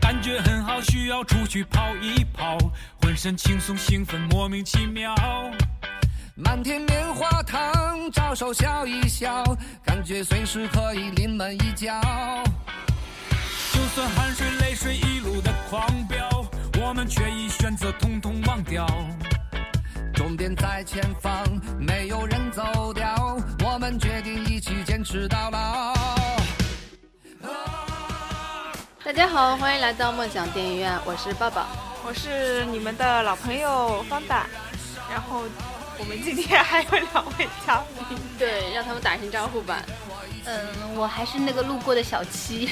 感觉很好，需要出去跑一跑，浑身轻松兴奋，莫名其妙。满天棉花糖，招手笑一笑，感觉随时可以临门一脚。就算汗水泪水一路的狂飙，我们却已选择统统忘掉。终点在前方，没有人走掉，我们决定一起坚持到老。大家好，欢迎来到梦想电影院，我是抱抱。我是你们的老朋友方大，然后我们今天还有两位嘉宾，对，让他们打声招呼吧。嗯，我还是那个路过的小 七。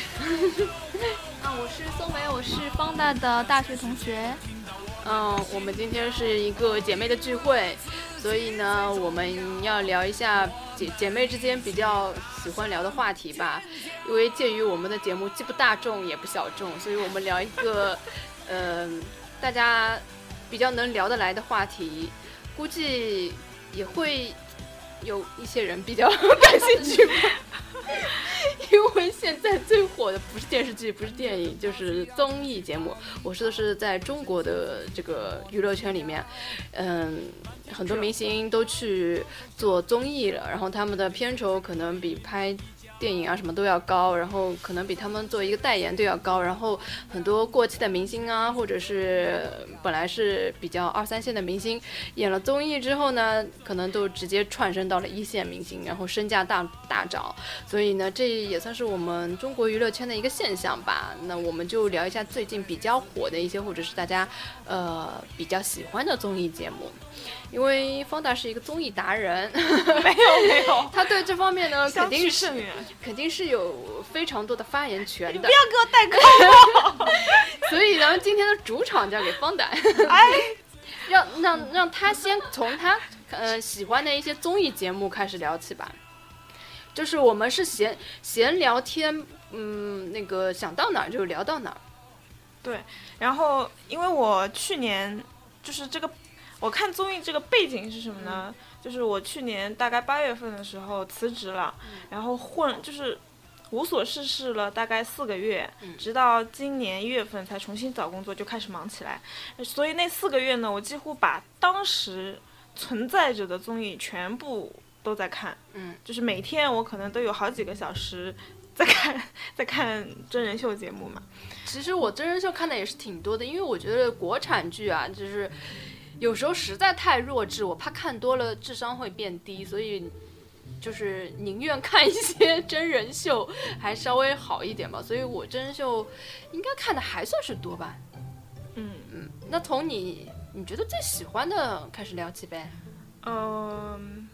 啊，我是宋梅，我是方大的大学同学。嗯，我们今天是一个姐妹的聚会，所以呢，我们要聊一下姐姐妹之间比较喜欢聊的话题吧。因为鉴于我们的节目既不大众也不小众，所以我们聊一个，嗯、大家比较能聊得来的话题，估计也会有一些人比较 感兴趣吧。 因为现在最火的不是电视剧，不是电影，就是综艺节目。我说的是在中国的这个娱乐圈里面，嗯，很多明星都去做综艺了，然后他们的片酬可能比拍电影啊什么都要高，然后可能比他们做一个代言都要高，然后很多过气的明星啊，或者是本来是比较二三线的明星，演了综艺之后呢，可能都直接窜升到了一线明星，然后身价大大涨。所以呢，这也算是我们中国娱乐圈的一个现象吧。那我们就聊一下最近比较火的一些，或者是大家呃比较喜欢的综艺节目。因为方达是一个综艺达人， 没有没有，他对这方面呢肯哦相去定是甚远，肯定是有非常多的发言权的不。要给我戴扣，所以咱们今天的主场交给方达，哎， 让让让他先从他呃喜欢的一些综艺节目开始聊起吧。就是我们是闲闲聊天，嗯，那个想到哪儿就聊到哪儿。然后，因为我去年就是这个，我看综艺这个背景是什么嗯呢？就是我去年大概八月份的时候辞职了，嗯然后混就是无所事事了大概四个月，嗯直到今年一月份才重新找工作，就开始忙起来。所以那四个月呢，我几乎把当时存在着的综艺全部都在看，嗯，就是每天我可能都有好几个小时在看在看真人秀节目嘛。其实我真人秀看的也是挺多的，因为我觉得国产剧啊，就是有时候实在太弱智，我怕看多了智商会变低，所以就是宁愿看一些 真人秀，还稍微好一点吧。所以我真人秀应该看的还算是多吧。嗯，嗯，那从你你觉得最喜欢的开始聊起呗。嗯，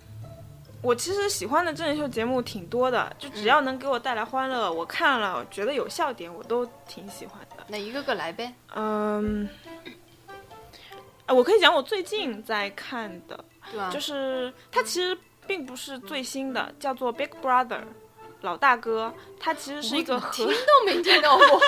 我其实喜欢的真人秀节目挺多的，就只嗯要能给我带来欢乐，我看了我觉得有笑点，我都挺喜欢的。那一个个来呗。嗯，啊我可以讲我最近在看的，对啊，就是它其实并不是最新的，叫做《Big Brother》。老大哥，它其实是一个我怎和么听都没听到过。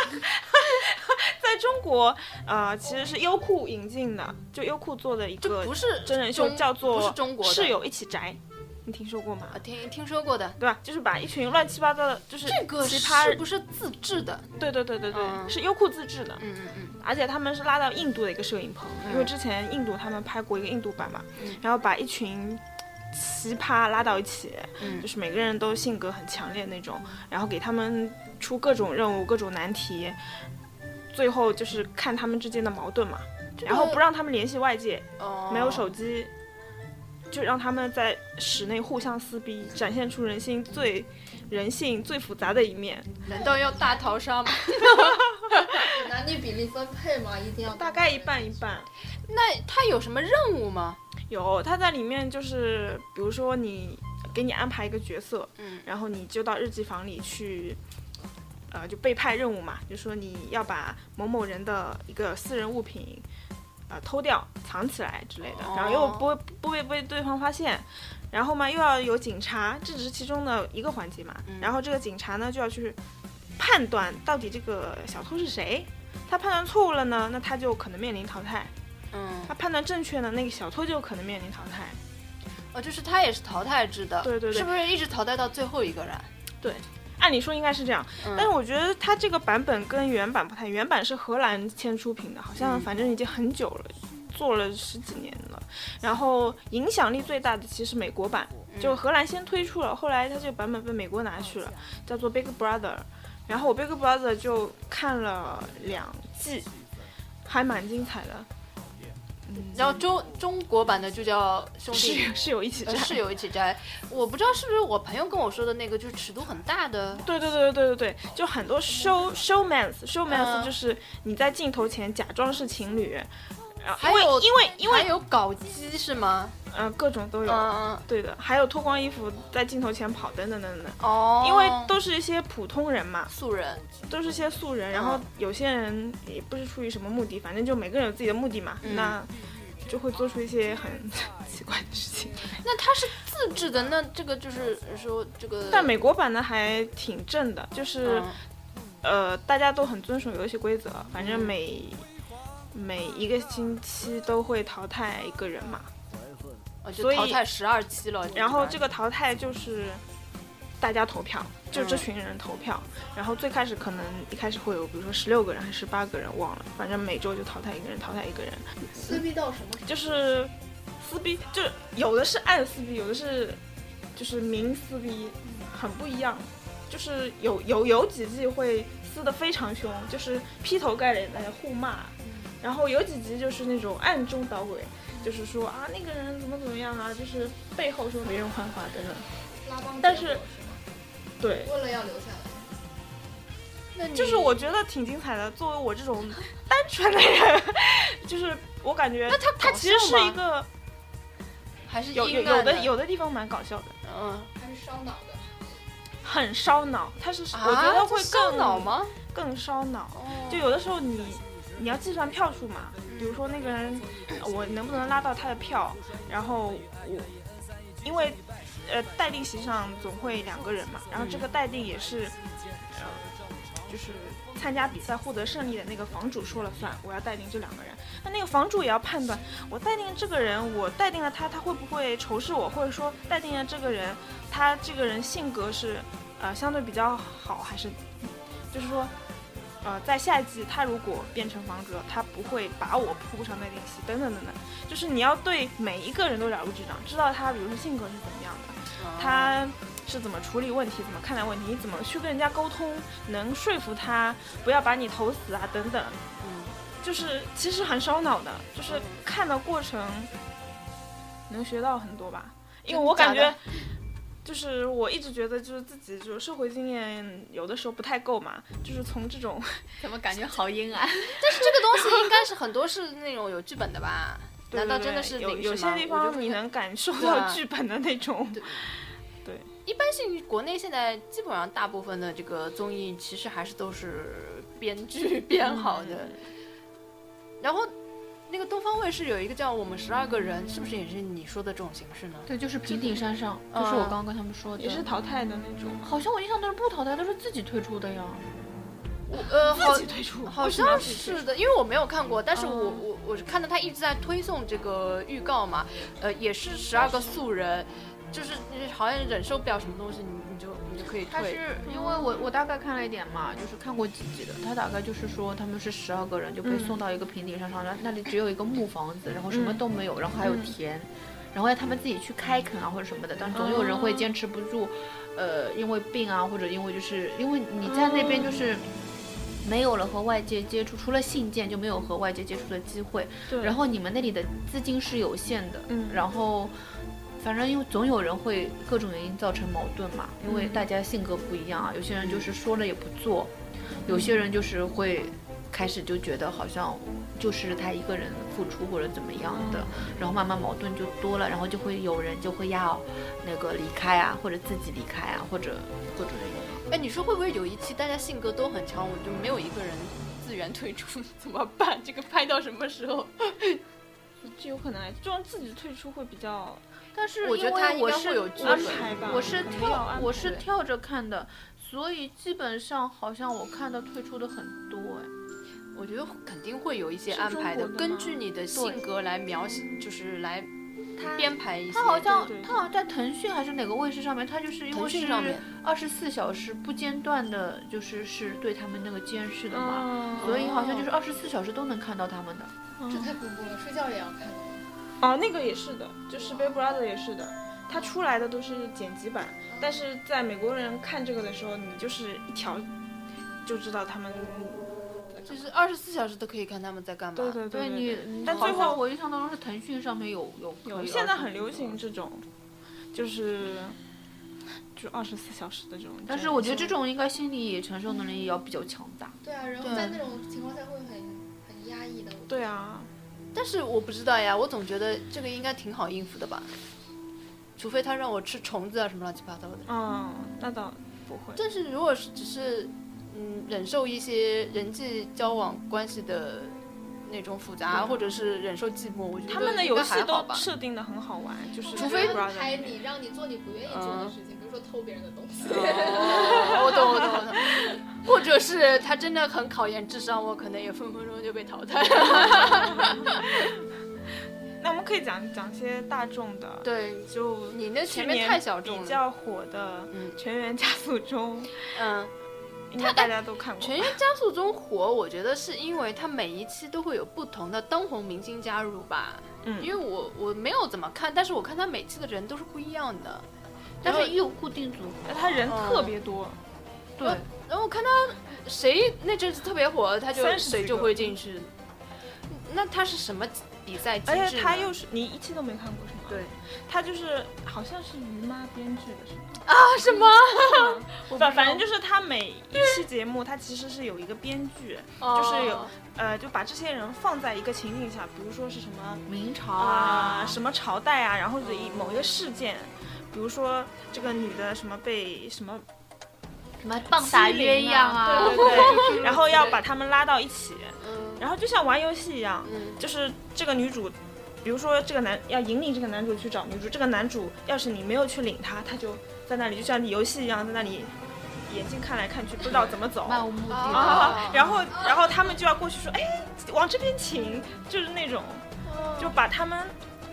在中国，呃，其实是优酷引进的，就优酷做的一这个不是 真人秀，中叫做不是中国的室友一起宅》，你听说过吗？啊，听听说过的。对吧？就是把一群乱七八糟的，就是这个奇葩是人，不是自制的？对对对对对，嗯是优酷自制的，嗯嗯而且他们是拉到印度的一个摄影棚，嗯因为之前印度他们拍过一个印度版嘛，嗯然后把一群奇葩拉到一起，嗯就是每个人都性格很强烈那种，然后给他们出各种任务、各种难题，最后就是看他们之间的矛盾嘛，然哦后不让他们联系外界，嗯。哦。没有手机，就让他们在室内互相撕逼，展现出人性最人性最复杂的一面。难道要大逃杀吗？男女比例分配嘛，一定要大概一半一半。那他有什么任务吗？有，他在里面就是，比如说你给你安排一个角色，嗯然后你就到日记房里去，呃，就被派任务嘛，就说你要把某某人的一个私人物品，呃，偷掉、藏起来之类的，然后又哦不会不被被对方发现，然后嘛又要有警察，这只是其中的一个环节嘛，嗯然后这个警察呢就要去判断到底这个小偷是谁，他判断错误了呢，那他就可能面临淘汰；嗯，他判断正确呢，那个小偷就可能面临淘汰。哦，就是他也是淘汰制的，对对对是不是一直淘汰到最后一个人？对，按理说应该是这样，嗯但是我觉得它这个版本跟原版不太，原版是荷兰先出品的，好嗯像反正已经很久了，做了十几年了。然后影响力最大的其实美国版，嗯就荷兰先推出了，后来它这个版本被美国拿去了，叫做 Big Brother。然后我 Big Brother 就看了两季，还蛮精彩哦的，然后中中国版的就叫兄室弟友室友一起呃站。室友一起摘，我不知道是不是我朋友跟我说的那个，就是尺度很大的，对对对对对对，就很多 show showmans showmans 嗯就是你在镜头前假装是情侣，然后还因为有因为因为还有搞基是吗？嗯、呃各种都有，嗯对的，还有脱光衣服在镜头前跑等等等等，哦，因为都是一些普通人嘛，素人，都是些素人，然嗯后有些人也不是出于什么目的，反正就每个人有自己的目的嘛，嗯那就会做出一些很 奇怪的事情。那他是自制的，那这个就是说这个，但美国版呢还挺正的，就是、嗯呃，大家都很遵守游戏规则，反正每、每一个星期都会淘汰一个人嘛。哦就所以淘汰十二期了，然后这个个淘汰就是大家投票，就这群人投票。然后最开始可能一开始会有，比如说十六个人还是八个人，忘了，反正每周就淘汰一个人，淘汰一个人，撕逼到什么？就是撕逼，就是有的是暗撕逼，有的是就是明撕逼，很不一样。就是有有有几季会撕得非常凶，就是劈头盖脸的互骂，然后有几集就是那种暗中捣鬼，就是说啊那个人怎么怎么样啊，就是背后说别人坏话等等。拉帮结伙但是吗对，为了要留下来，那你就是我觉得挺精彩的。作为我这 种单纯的人，就是我感觉那他它搞其实笑是吗一个还是有有阴有暗的的有的地方蛮搞笑的，嗯还是烧脑的。很烧脑。它是、啊，我觉得会这烧更脑？吗？更烧脑。哦就有的时候你你要计算票数嘛，比如说那个人我能不能拉到他的票，然后我因为呃待定席上总会两个人嘛，然后这个待定也是呃就是参加比赛获得胜利的那个房主说了算，我要待定这两个人，那那个房主也要判断我待定这个人，我待定了他，他会不会仇视我，或者说待定了这个人，他这个人性格是呃相对比较好，还是嗯就是说。呃，在下一季他如果变成房主了，他不会把我扑上那练习，等等等等，就是你要对每一个人都了如指掌，知道他比如说性格是怎么样的，他是怎么处理问题，怎么看待问题，你怎么去跟人家沟通，能说服他不要把你投死啊，等等，嗯就是其实很烧脑的，就是看的过程能学到很多吧，因为我感真的觉。 就是我一直觉得，就是自己就是社会经验有的时候不太够嘛，就是从这种怎么感觉好阴暗？但是这个东西应该是很多是那种有剧本的吧？对难道对真的对是有临有时吗些地我觉方得你很能感受对到啊剧本的那种？对对一般性国内现在基本上大部分的这个综艺其实还是都是编剧 嗯编好的，然后。那个东方卫视有一个叫《我们十二个人》，是不是也是你说的这种形式呢？对，就是平顶山上，嗯就是我刚刚跟他们说的，也是淘汰的那种，好像我印象都是不淘汰，都是自己退出的呀。我呃，好自己推出，好为什么要像自己推是出的，因为我没有看过，但是我哦我我是看到他一直在推送这个预告嘛，呃，也是十二个素人，就是你好像忍受不了什么东西，你你就你就可以他退。是因为我我大概看了一点嘛，就是看过几集的，他大概就是说他们是十二个人就被嗯送到一个平顶山上，然后那里只有一个木房子，然后什么嗯都没有，然后还有嗯田，然后要他们自己去开垦啊或者什么的，但总有人会哦坚持不住，呃，因为病啊或者因为就是因为你在那边哦就是。没有了和外界接触，除了信件就没有和外界接触的机会。对，然后你们那里的资金是有限的，嗯然后反正因为总有人会各种原因造成矛盾嘛，因为嗯大家性格不一样啊，有些人就是说了也不做，有些人就是会开始就觉得好像就是他一个人付出或者怎么样的，嗯然后慢慢矛盾就多了，然后就会有人就会要那个离开啊，或者自己离开啊，或者各种原因啊。哎，你说会不会有一期大家性格都很强，我就没有一个人自愿退出，怎么办？这个拍到什么时 候？这有可能这种自己退出会比较但是我觉得因为他应我该是会有剧我安是本排吧，我是没有跳安，我排是跳着看的，所以基本上好像我看到退出的很多哎。我觉得肯定会有一些安排是中国的吗根据你的性格来描写，就是来他编排一些。他好像对对他好像在腾讯还是哪个卫视上面，他就是因为腾讯是上面二十四小时不间断的，就是是对他们那个监视的嘛，嗯所以好像就是二十四小时都能看到他们的。这太恐怖了，睡觉也要看。哦，那个也是的，就是《Big Brother》也是的，它出来的都是剪辑版，但是在美国人看这个的时候，你就是一条就知道他们。就是二十四小时都可以看他们在干嘛。对对对，你，你但好最像后我印象当中是腾讯上面有有可嗯有以现在24很流行的。这种，就是就二十四小时的这种。但是我觉得这种应该心理承受能力也要比较强大。对啊，然后对在那种情况下会很很压抑的。对啊，但是我不知道呀，我总觉得这个应该挺好应付的吧，除非他让我吃虫子啊什么乱七八糟的。嗯，那倒不会。但是如果是只是嗯忍受一些人际交往关系的那种复杂，或者是忍受寂寞，我觉得他们的应该游戏还好都吧。设定的很好玩，就是除非 Big 安 Brother 排里面你，让你做你不愿意做的事情，比如说偷别人的东西。哦 我懂，我懂，我懂。或者是他真的很考验智商，我可能也分分钟就被淘汰。那我们可以讲讲些大众的，对，就你那前去面年太小众比了。较火的嗯《全员加 速中》嗯，应该大家都看过。全员加速中火，我觉得是因为它每一期都会有不同的当红明星加入吧。嗯因为我我没有怎么看，但是我看他每期的人都是不一样的。但然是后也有固定组合，他人嗯特别多，对，然后我看他谁那阵子特别火，他就30几谁就个嗯会进去。那他是什么比赛机制而呢？且他又是你一期都没看过是吗？对，他就是好像是于妈编剧的是吗？嗯啊什么？反反正就是他每一期节目，他其实是有一个编剧，就是有哦呃，就把这些人放在一个情景下，比如说是什么明朝啊、啊，什么朝代啊，然后的一某一个事件，比如说这个女的什么被什么什么棒打欺凌鸳鸯啊，对对对，然后要把他们拉到一起，嗯然后就像玩游戏一样，嗯就是这个女主，比如说这个男要引领这个男主去找女主，这个男主要是你没有去领他，他就在那里就像游戏一样在那里眼睛看来看去，不知道怎么走。漫无目的啊的。啊，然后然后他们就要过去说，哎，往这边请，就是那种，就把他们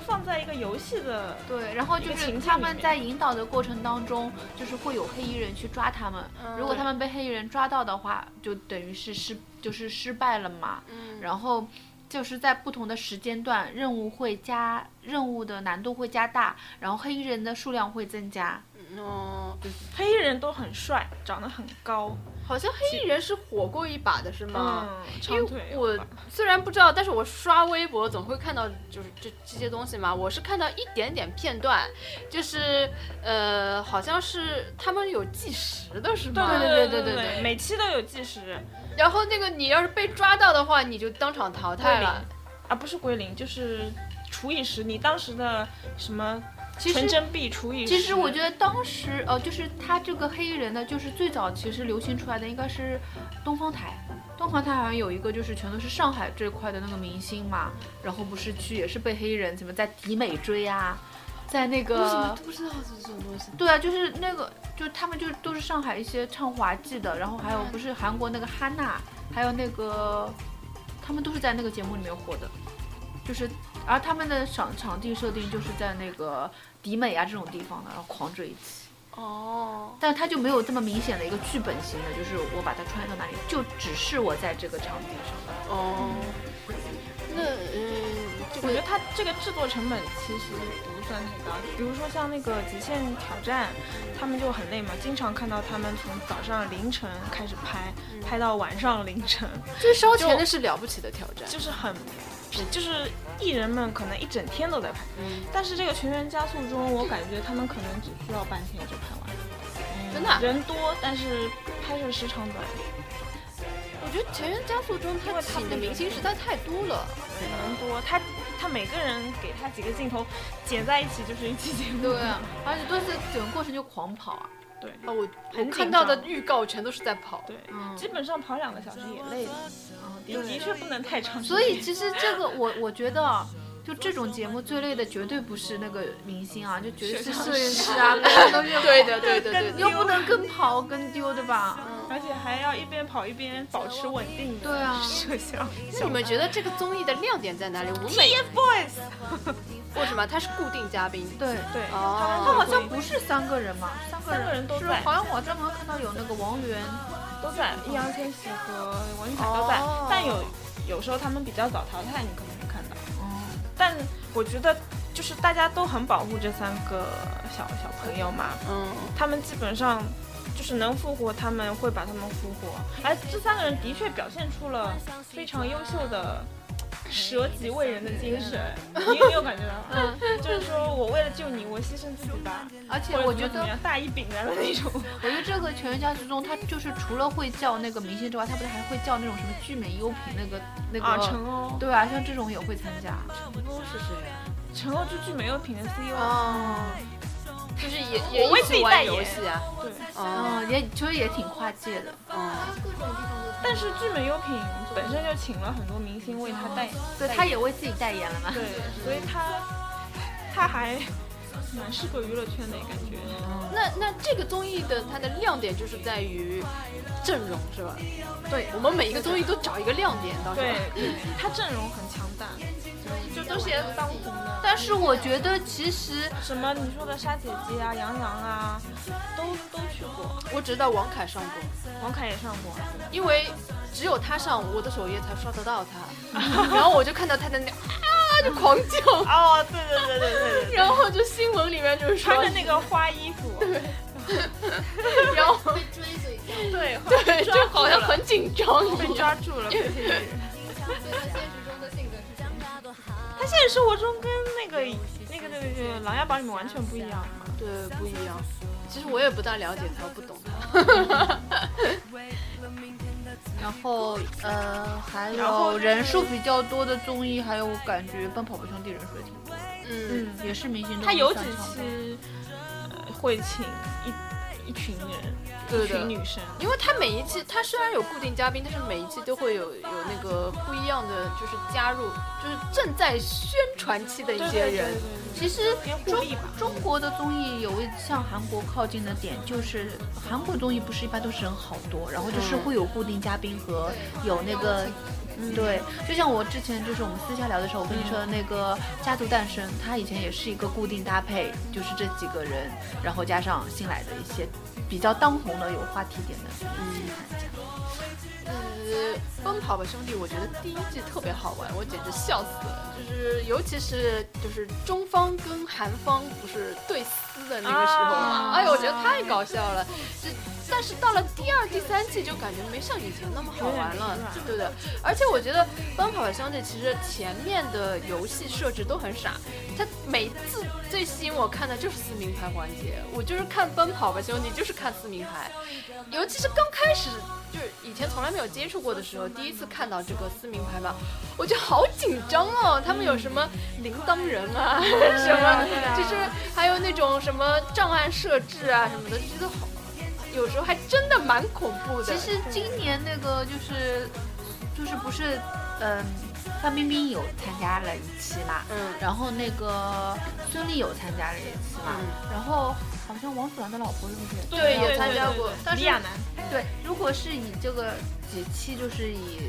放在一个游戏的，对，然后一就个情是境他里们面在引导的过程当中，就是会有黑衣人去抓他们。如果他们被黑衣人抓到的话，就等于是失就是失败了嘛。嗯然后就是在不同的时间段，任务会加任务的难度会加大，然后黑衣人的数量会增加。哦，黑衣人都很帅，长得很高，好像黑衣人是火过一把的是吗？嗯，因长腿为，我虽然不知道，但是我刷微博总会看到，就是这这些东西嘛。我是看到一点点片段，就是呃，好像是他们有计时的是吗？对对对对对对对，每期都有计时然后那个你要是被抓到的话，你就当场淘汰了。啊，不是归零，就是除以十，你当时的什么其纯实。真币除以十。其实我觉得当时，呃，就是他这个黑衣人呢，就是最早其实流行出来的应该是东方台，东方台好像有一个就是全都是上海这块的那个明星嘛，然后不是去也是被黑衣人怎么在迪美追啊，在那为什么个都不知道这种东西？对啊，就是那个，就他们就都是上海一些唱滑稽的，然后还有不是韩国那个哈娜，还有那个，他们都是在那个节目里面火的，就是，而他们的场场地设定就是在那个迪美啊这种地方的，然后狂追一起。哦，但他就没有这么明显的一个剧本型的，就是我把它穿越到哪里，就只是我在这个场地上。哦，那嗯，这我觉个得它这个制作成本其实不算太高，比如说像那个《极限挑战》，他们就很累嘛，经常看到他们从早上凌晨开始拍，拍到晚上凌晨，这烧钱的是了不起的挑战。就是很，就是艺人们可能一整天都在拍，嗯，但是这个《全员加速》中，我感觉他们可能只需要半天就拍完了。真的啊 人多，但是拍摄时长短。我觉得《全员加速》中他请的明星实在太多了。人多，他他每个人给他几个镜头剪在一起就是一期节目。对啊，而且都是整个过程就狂跑啊。对哦，我我很紧看到的张预告全都是在跑。对，嗯基本上跑两个小时也累了，的的确不能太长时间。所以其实这个我我觉得啊，就这种节目最累的绝对不是那个明星啊，就 绝对是摄影师啊，每个人都是对的，对的，对跟的。又不能跟跑跟丢的吧？嗯而且还要一边跑一边保持稳定的对啊摄像。那你们觉得这个综艺的亮点在哪里？我每 TFBOYS，为什么他是固定嘉宾？对，对，哦他好像不是三个人嘛，三个三人个人都是在好像我正好看到有那个王源，都在，易烊千玺和王俊凯都在，哦但有有时候他们比较早淘汰，你可能会看到。嗯，但我觉得就是大家都很保护这三个小小朋友嘛，嗯，他们基本上就是能复活，他们会把他们复活。而这三个人的确表现出了非常优秀的。舍己为人的精神，你有没有感觉到？嗯，就是说我为了救你，我牺牲自己吧，而且或者嗯我怎觉么怎么得，样大义凛然的那 种。我觉得这个《全员家之中，他就是除了会叫那个明星之外，他不是还会叫那种什么聚美优品那个那个，啊，陈欧，对啊，像这种也会参加。是谁啊？陈欧就聚美优品的 E CEO，、哦，就是也也我为一自起己代玩言游戏啊。对。哦嗯，也其实也挺跨界的，哦，各种地方都有。但是聚美优品本身就请了很多明星为他代言，对他也为自己代言了嘛。对，所以他他还蛮适合娱乐圈的感觉。那那这个综艺的它的亮点就是在于阵容是吧？对我们每一个综艺都找一个亮点，到时候对，他阵容很强大，就都是当红的。但是我觉得其实什么你说的沙姐姐啊、杨洋啊，都都去过，我只知道王凯上过，王凯也上过。因为只有他上我的首页才刷得到 他，然后我就看到他在那啊就狂叫，哦，对对对对对对，然后就新闻里面就是穿说着那个花衣服，然后 被追随一样，对，对就好像很紧张一被样。抓住了。对他现实中的性格是这样的。他现实生活中跟那个那个那个《琅琊榜》里面完全不一样嘛。对，不一样。其实我也不大了解他，我不懂他。 然后呃还然后就有是人数比较多的综艺，还有我感觉《奔跑吧兄弟》人数也挺多的，嗯，嗯，也是明星中他有几算上的期、呃、会请一一群人，对一群的。女生，因为他每一期，他虽然有固定嘉宾，但是每一期都会有有那个不一样的，就是加入，就是正在宣传期的一些人。其实边互中利吧中国的综艺有一向韩国靠近的点，就是韩国综艺不是一般都是人好多，然后就是嗯会有固定嘉宾和有那个。嗯对，就像我之前就是我们私下聊的时候，我跟你说的那个《家族诞生》，它以前也是一个固定搭配，就是这几个人，然后加上新来的一些比较当红的、有话题点的，呃，奔跑吧兄弟，我觉得第一季特别好玩，我简直笑死了。就是尤其是就是中方跟韩方不是对撕的那个时候嘛，啊哎呦，我觉得太搞笑了。就但是到了第二、第三季就感觉没像以前那么好玩了有点疲，对的。而且我觉得《奔跑吧兄弟》其实前面的游戏设置都很傻，它每次最吸引我看的就是撕名牌环节，我就是看《奔跑吧兄弟》就是看撕名牌，尤其是刚开始就是以前从来没有接触过的时候，第一次看到这个撕名牌吧，我就好紧张哦。他们有什么铃铛人啊，什么就是还有那种什么障碍设置啊什么的，就觉得好，有时候还真的蛮恐怖的。其实今年那个就是就是不是嗯，范冰冰有参加了一期嘛，嗯，然后那个孙俪有参加了一次嘛，然后好像王祖蓝的老婆是不是？对有参加过但是李亚男，对，如果是以这个几期，就是以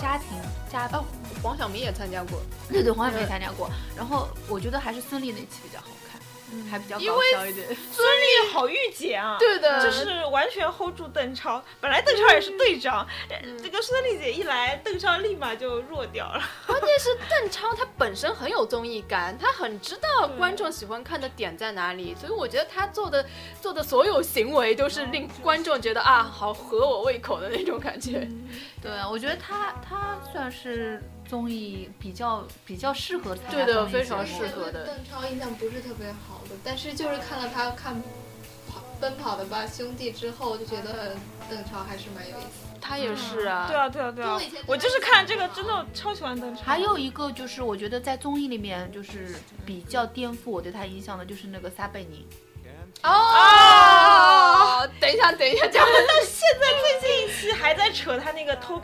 家庭家哦，黄晓明也参加过，对对，黄晓明也参加过，然后我觉得还是孙俪那期比较好看，还比较因搞为笑一点。孙俪好御姐啊，对的，就是完全 hold 住邓超。本来邓超也是队长，呃这个孙俪姐一来，邓超立马就弱掉了。关键是邓超他本身很有综艺感，他很知道嗯观众喜欢看的点在哪里，所以我觉得他做的做的所有行为都是令观众觉得啊，好合我胃口的那种感觉。对啊，我觉得他他算是综艺比较比较适合参对加的综艺非节常目适合的邓超印象不是特别好的，但是就是看了他看跑《奔跑的吧兄弟》之后，就觉得邓超还是蛮有意思的。他也是啊， 对啊，对啊，对啊我以前，我就是看这个，真的超喜欢邓超。还有一个就是，我觉得在综艺里面就是比较颠覆我对他印象的，就是那个撒贝宁。啊哦，等一下，等一下，讲现在最近一期还在扯他那个偷。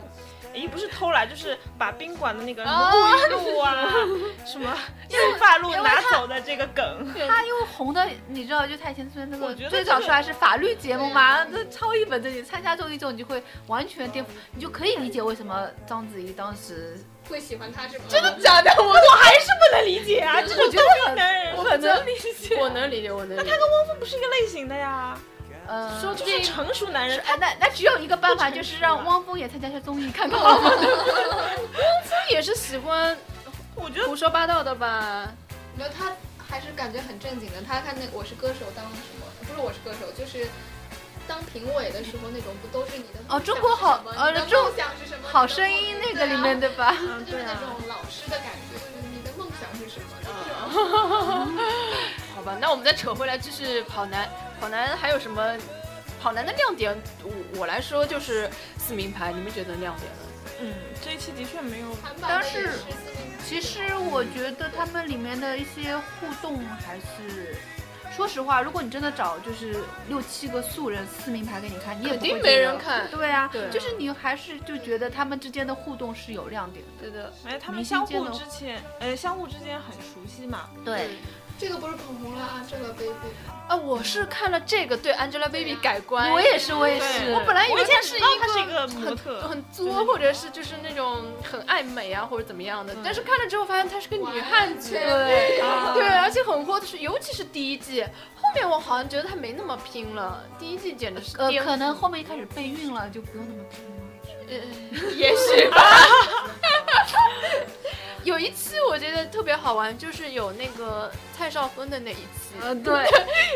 也不是偷来，就是把宾馆的那个什么哦沐浴露啊、 什么润发露拿走的这个梗。他因为红的，你知道，就他以前做那我个觉得最这个早啊出来是法律节目嘛，这超一本正经参加综艺之后，你就会完全颠覆，你就可以理解为什么章子怡当 时会喜欢他是吗？真的假的，我我还是不能理解啊，这我种觉得很男人我很能理解。我能理解，我能理解。不是一个类型的呀，呃，说就是成熟男人，哎，那那只有一个办法，就是让汪峰也参加一下综艺，看看好吗？他也是喜欢我觉得胡说八道的吧？没有，他还是感觉很正经的。他看那《我是歌手》当什么？不是《我是歌手》，就是当评委的时候那种，不都是你的梦想哦中国好是什么呃你的中梦想是什么？好声音那个里面的，对吧？嗯，就是对那啊，种老师的感觉，就是你的梦想是什么？嗯 好吧，那我们再扯回来，就是跑男，跑男还有什么？跑男的亮点，我我来说就是撕名牌，你们觉得亮点呢？嗯，这一期的确没有，韩版但的也是是四零其实我觉得他们里面的一些互动还是，说实话，如果你真的找就是六七个素人撕名牌给你看，你也肯不会定觉没得人看对啊，对啊就是你还是就觉得他们之间的互动是有亮点对的，哎，他们明星相间互的之前，呃，相互之间很熟悉嘛，的。对，这个不是捧红了啊，这个 baby。啊，我是看了这个对 Angelababy 改观，我也是，我也是，对我本来以我为以前她不是知哎一道她是一个模很特很作，或者是就是那种很爱美啊，或者怎么样的。但是看了之后发现她是个女汉子，完全对啊 对，而且很火的是，尤其是第一季，后面我好像觉得她没那么拼了。第一季简直是呃，颠覆可能后面一开始备孕了，就不用那么拼了。也许吧。 有一期我觉得特别好玩，就是有那个蔡少芬的那一期，呃对，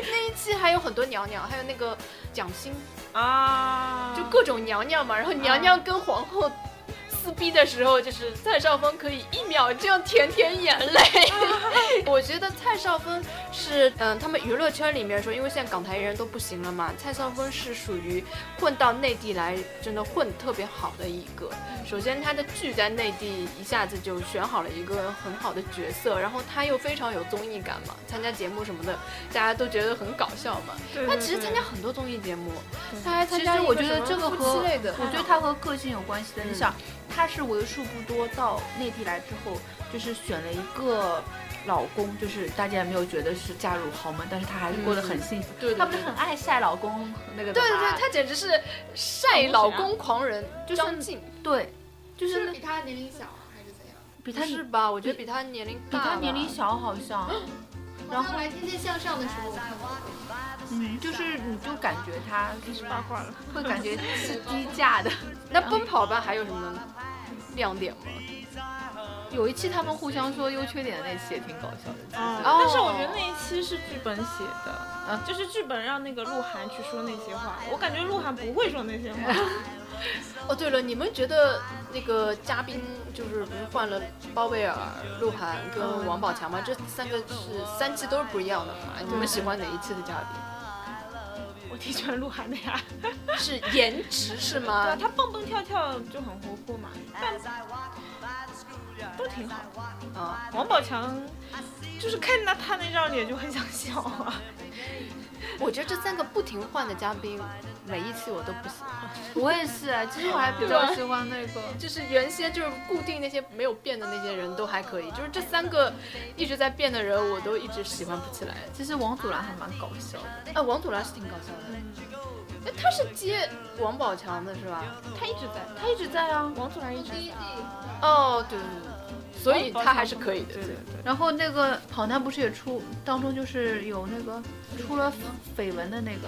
那一期还有很多娘娘，还有那个蒋欣啊，就各种娘娘嘛，然后娘娘跟皇后撕逼的时候，就是蔡少芬可以一秒这样舔舔眼泪。 我觉得蔡少芬是，嗯，他们娱乐圈里面说，因为现在港台艺人都不行了嘛，蔡少芬是属于混到内地来，真的混得特别好的一个。首先，她的剧在内地一下子就选好了一个很好的角色，然后她又非常有综艺感嘛，参加节目什么的，大家都觉得很搞笑嘛。对她其实对参加很多综艺节目，她还参其实加一我个觉什得么这个夫和妻类的，我觉得他和个性有关系的。你想，他是为数不多到内地来之后，就是选了一个老公，就是大家也没有觉得是嫁入豪门，但是他还是过得很幸福。对对他不是对很爱晒老公那个的对对吗对，他简直是晒老公狂人，就是张晋，对，就是是比他年龄小啊还是怎样？比不他是比吧？我觉得比他年龄大吧，他年龄小好 像，然我后来《天天向上》的时候我看到过，嗯，就是你就感觉他就是八卦了， 会感觉是低价的。那奔跑吧还有什么亮点吗？有一期他们互相说优缺点的那期也挺搞笑的。啊，但是我觉得那一期是剧本写的，就是剧本让那个鹿晗去说那些话，我感觉鹿晗不会说那些话，哦，对了，你们觉得那个嘉宾就是不是换了包贝尔、鹿晗跟王宝强吗？这三个是三期都是不一样的嘛？你们喜欢哪一期的嘉宾？我挺喜欢鹿晗的呀。是颜值是对啊，吗？他蹦蹦跳跳就很活泼嘛，但都挺好。啊，王宝强就是看到他那张脸就很想笑啊。我觉得这三个不停换的嘉宾，每一期我都不喜欢。我也是，啊其实我还比较喜欢那个。就是原先就是固定那些没有变的那些人都还可以，就是这三个一直在变的人，我都一直喜欢不起来。其实王祖蓝还蛮搞笑的，啊，王祖蓝是挺搞笑的，哎，他是接王宝强的是吧？他一直在，他一直在啊。王祖蓝一直第一在。季哦，对对对，所以他还是可以的。对对对。然后那个跑男不是也出当中就是有那个出了绯闻的那个，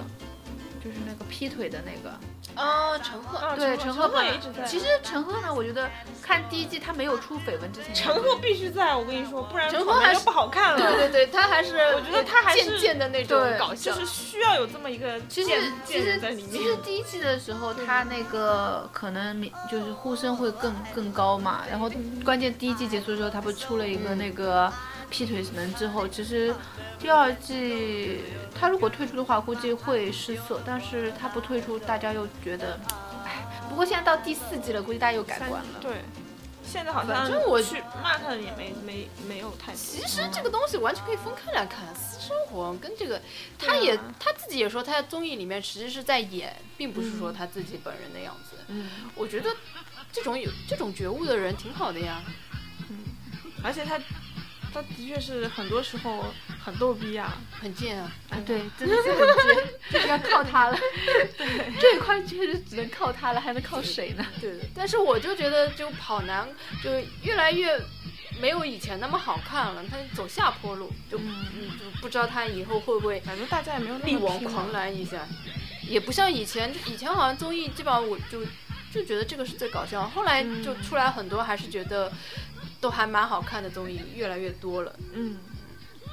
就是那个劈腿的那个。啊，陈赫，啊对，陈陈赫赫本也来一直在。其实陈赫呢，我觉得看第一季他没有出绯闻之前，陈赫必须在，我跟你说，不然陈赫可能还就是不好看对了。对对，他还是我觉得他还是渐渐的那种对搞笑就。是需要有这么一个其实贱其贱人在实里其实面。第一季的时候，他那个可能明就是呼声会更更高嘛。然后关键第一季结束的时候，他不是出了一个那个劈腿门之后，其实第二季他如果退出的话，估计会失色。但是他不退出，大家又觉得，哎。不过现在到第四季了，估计大家又改观了。对，现在好像反正我去骂他的也没没没有太多。其实这个东西完全可以分开来看，私生活跟这个，他也、他自己也说他在综艺里面其实是在演，并不是说他自己本人的样子。嗯，我觉得这种有这种觉悟的人挺好的呀。而且他他的确是很多时候很逗逼啊，很贱啊！啊，对，真的是很贱，这个要靠他了。这一块哎确实只能靠他了，还能靠谁呢？对的，但是我就觉得就跑男就越来越没有以前那么好看了，他走下坡路，就嗯就不知道他以后会不会反正大家也没有那力么挽拼狂了。澜一下，也不像以前，以前好像综艺基本上我就就觉得这个是最搞笑的，后来就出来很多还是觉得都还蛮好看的综艺，越来越多了。嗯，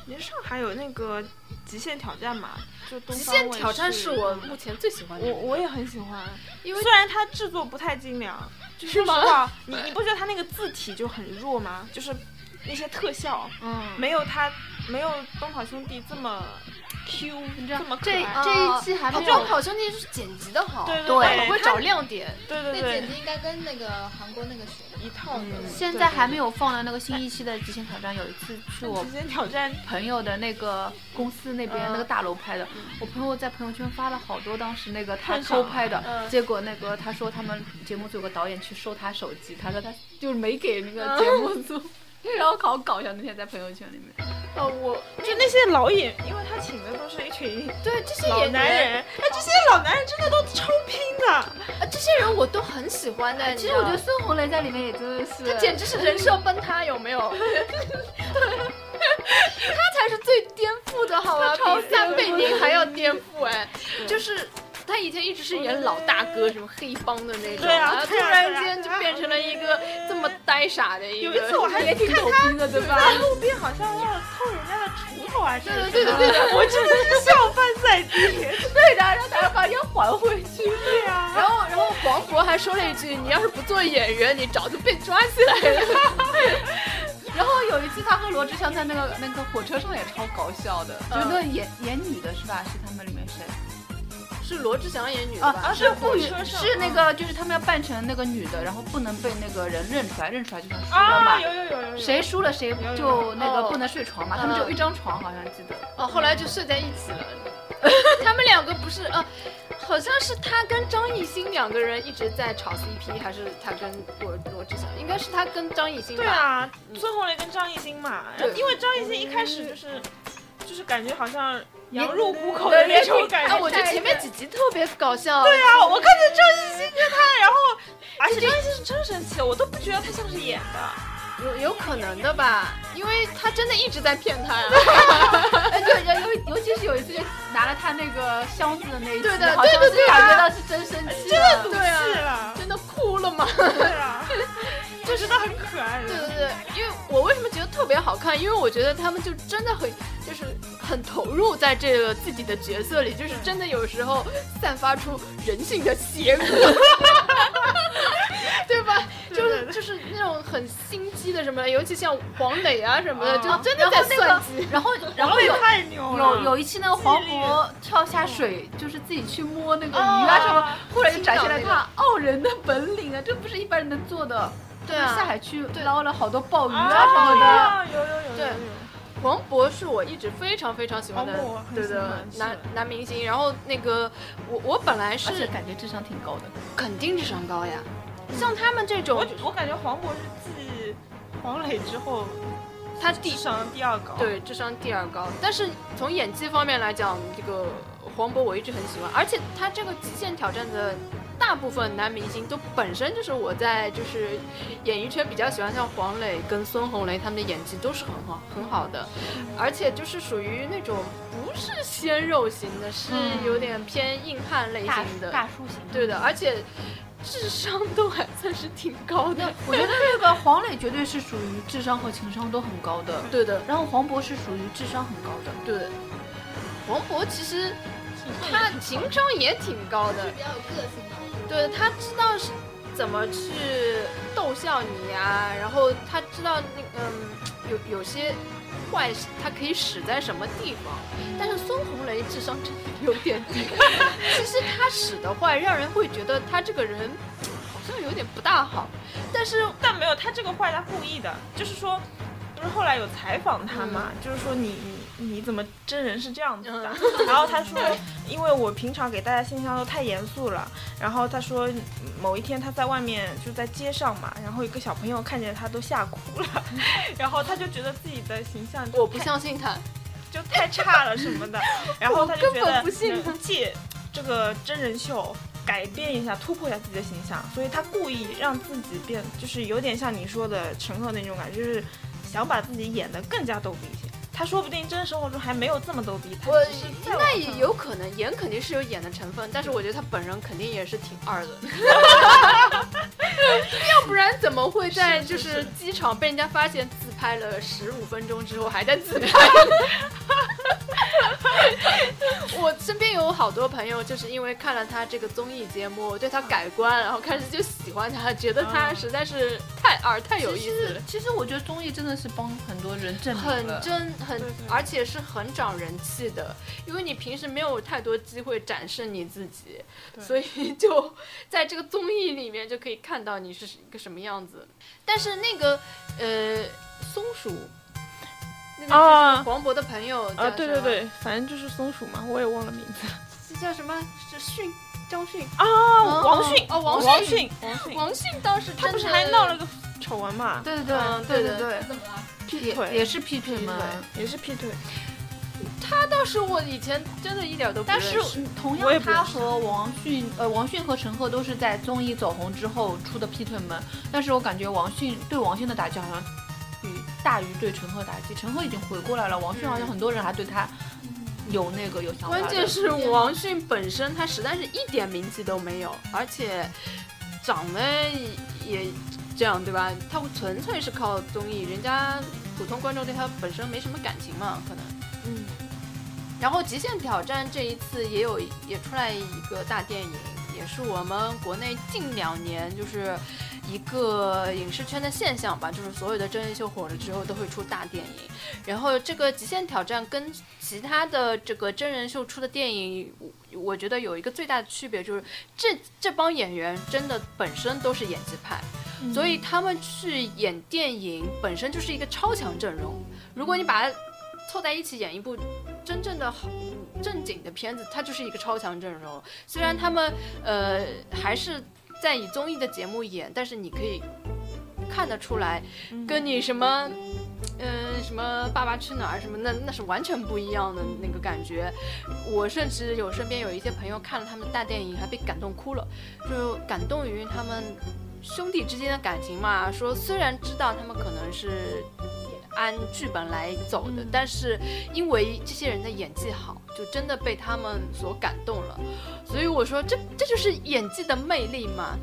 因为上海有那个极限挑战嘛，就东极方限卫挑战视是我目前最喜欢的我，我也很喜欢，因为虽然它制作不太精良，就是说实话，你你不觉得它那个字体就很弱吗？就是那些特效，嗯，没有它没有《东跑兄弟》这么 Q，这么可这爱。这一期还好啊没这种有，好兄弟是剪辑的好，对对很对会找亮点。对那对剪对，辑应该跟那个韩国那个学，一套的。现在还没有放到那个新一期的《极限挑战》。有一次去我极限挑战，朋友的那个公司那边那个大楼拍的，我朋友在朋友圈发了好多当时那个他看上了偷拍的，嗯结果那个他说他们节目组有个导演去收他手机，他说他就是没给那个节目组， 然后好搞笑，那天在朋友圈里面，呃，我就那些老演，因为他请的都是一群对这些老演男员，人，哎，这些老男人真的都超拼的。呃，这些人我都很喜欢的。其实我觉得孙红雷在里面也真的是，这简直是人设崩塌，有没有？ 他才是最颠覆的，好吗？比三贝宁还要颠覆哎！就是他以前一直是演老大哥，什么黑帮的那种，对啊然后突对啊然对啊间就变成了一个这么呆傻的一个。有一次我还也挺逗逼的，对吧？在路边好像忘了偷人家的锄头还是什么，对对对对我真的是笑翻在地。对的，然后他把人家还回去。对啊呀、然后，然后黄渤还说了一句：“你要是不做演员，你早就被抓起来了。然后有一次他和罗志祥在那个那个火车上也超搞笑的，就嗯是那个演演你的是吧？是他们里面谁？” 是罗志祥演女的吧？啊，是嗯不允在火车上是那个，就是他们要扮成那个女的，然后不能被那个人认出来，认出来就算输了啊，嘛。有有有有有，谁输了谁有就那哦个不能睡床嘛，他们只有一张床，好像记得。哦，后来就睡在一起了。 他们两个不是啊，好像是他跟张艺兴两个人一直在炒 CP，还是他跟罗罗志祥？应该是他跟张艺兴吧。对啊，孙红雷跟张艺兴嘛，然后因为张艺兴一开始就是就是感觉好像羊入虎口的那种感哎，觉。我觉得前面几集特别搞笑。对啊，我看着张艺兴跟他，然后而且张艺兴是真神奇，我都不觉得他像是演的。有有可能的吧，因为他真的一直在骗他呀。哎，对，尤尤其是有一次就拿了他那个箱子的那一次，对的好像对是的对的啊感觉到是真生气了。赌对啊气 了，真的哭了吗？对啊，就觉得很可爱。对对对，因为我为什么觉得特别好看？因为我觉得他们就真的很，就是很投入在这个自己的角色里，就是真的有时候散发出人性的邪恶，对吧？就是就是那种很心机的什么的，尤其像黄磊啊什么的，就真的然在后那算个计。，然后然后也有太牛了，嗯有有一期那个黄渤跳下水，就是自己去摸那个鱼啊哦哦什么，忽然就展现了他傲人的本领啊，这不是一般人能做的。对就是下啊，海去捞了好多鲍鱼啊啊什么的。有有有有对有。黄渤是我一直非常非常喜欢的黄渤很，对喜欢的是男男明星。然后那个我我本来而且是感觉智商挺高的，肯定智商高呀，像他们这种我我感觉黄渤是继黄磊之后他第智商第二啊高。，对，智商第二高。但是从演技方面来讲，这个黄渤我一直很喜欢，而且他这个《极限挑战》的大部分男明星都本身就是我在就是演艺圈比较喜欢，像黄磊跟孙红雷他们的演技都是很好很好的，而且就是属于那种不是鲜肉型的，是有点偏硬汉类型的，嗯大叔型。对的，而且。智商都还算是挺高的，我觉得那个黄磊绝对是属于智商和情商都很高的，对的，然后黄渤是属于智商很高的。对的。黄渤其实他情商也挺高的，比较有个性嘛。对他知道是怎么去逗笑你啊，然后他知道那个嗯有有些坏他可以使在什么地方，但是孙红雷智商真的 有点低，其实他使的坏让人会觉得他这个人好像有点不大好。但是但没有，他这个坏他故意的，就是说，不是后来有采访他嘛，嗯就是说你你你怎么真人是这样子的？嗯然后 他说，因为我平常给大家形象都太严肃了，然后他说某一天他在外面就在街上嘛，然后一个小朋友看见他都吓哭 了，然后他就觉得自己的形象就我不太相信他，就太差了什么 的，然后他就觉我根得本不信能借这个真人秀改变一下，突破一下自己的形象，所以他故意让自己变，就是有点像你说的陈赫那种感觉，就是想把自己演得更加逗逼一些。他说不定真实生活中还没有这么逗逼，他我只是在那网也上有可能演肯定是有演的成分，但是我觉得他本人肯定也是挺二的， 要不然怎么会在就是机场被人家发现自拍了十五分钟之后还在自拍？ 我身边有好多朋友，就是因为看了他这个综艺节目，对他改观，然后开始就喜欢他，觉得他实在是太二、太有意思了。其实我觉得综艺真的是帮很多人证明很了真很呃对对，而且是很长人气的，因为你平时没有太多机会展示你自己，对所以 就在这个综艺里面就可以看到你是一个什么样子。但是那个呃松鼠，那个啊就是黄渤的朋友啊，叫对什对么，对，反正就是松鼠嘛，我也忘了名字是叫什么？是迅张迅，啊王迅哦王王迅迅，王迅，王迅当时他不是真的还闹了个丑闻嘛，对对对嗯对对对怎么了？对，腿也也是劈腿嘛。也是劈腿，当时我以前真的一点都不但认识是嗯同我也样，不他认识和王迅，呃，王迅和陈赫都是在综艺走红之后出的劈腿们。但是我感觉王迅对王迅的打击好像比大于对陈赫打击。陈赫已经回过来了，王迅好像很多人还对他有那个有想法的。关键是王迅本身他实在是一点名气都没有，而且长得也这样，对吧？他纯粹是靠综艺，人家普通观众对他本身没什么感情嘛，可能。嗯，然后《极限挑战》这一次也有也出来一个大电影，也是我们国内近两年就是一个影视圈的现象吧，就是所有的真人秀火了之后都会出大电影。然后这个《极限挑战》跟其他的这个真人秀出的电影，我我觉得有一个最大的区别就是这这帮演员真的本身都是演技派，所以他们去演电影本身就是一个超强阵容。如果你把它凑在一起演一部真正的好正经的片子，它就是一个超强阵容。虽然他们呃还是在以综艺的节目演，但是你可以看得出来，跟你什么。嗯，什么《爸爸去哪儿》什么，那那是完全不一样的那个感觉。我甚至有身边有一些朋友看了他们大电影，还被感动哭了，就感动于他们兄弟之间的感情嘛。说虽然知道他们可能是按剧本来走的，但是因为这些人的演技好，就真的被他们所感动了。所以我说，这这就是演技的魅力嘛。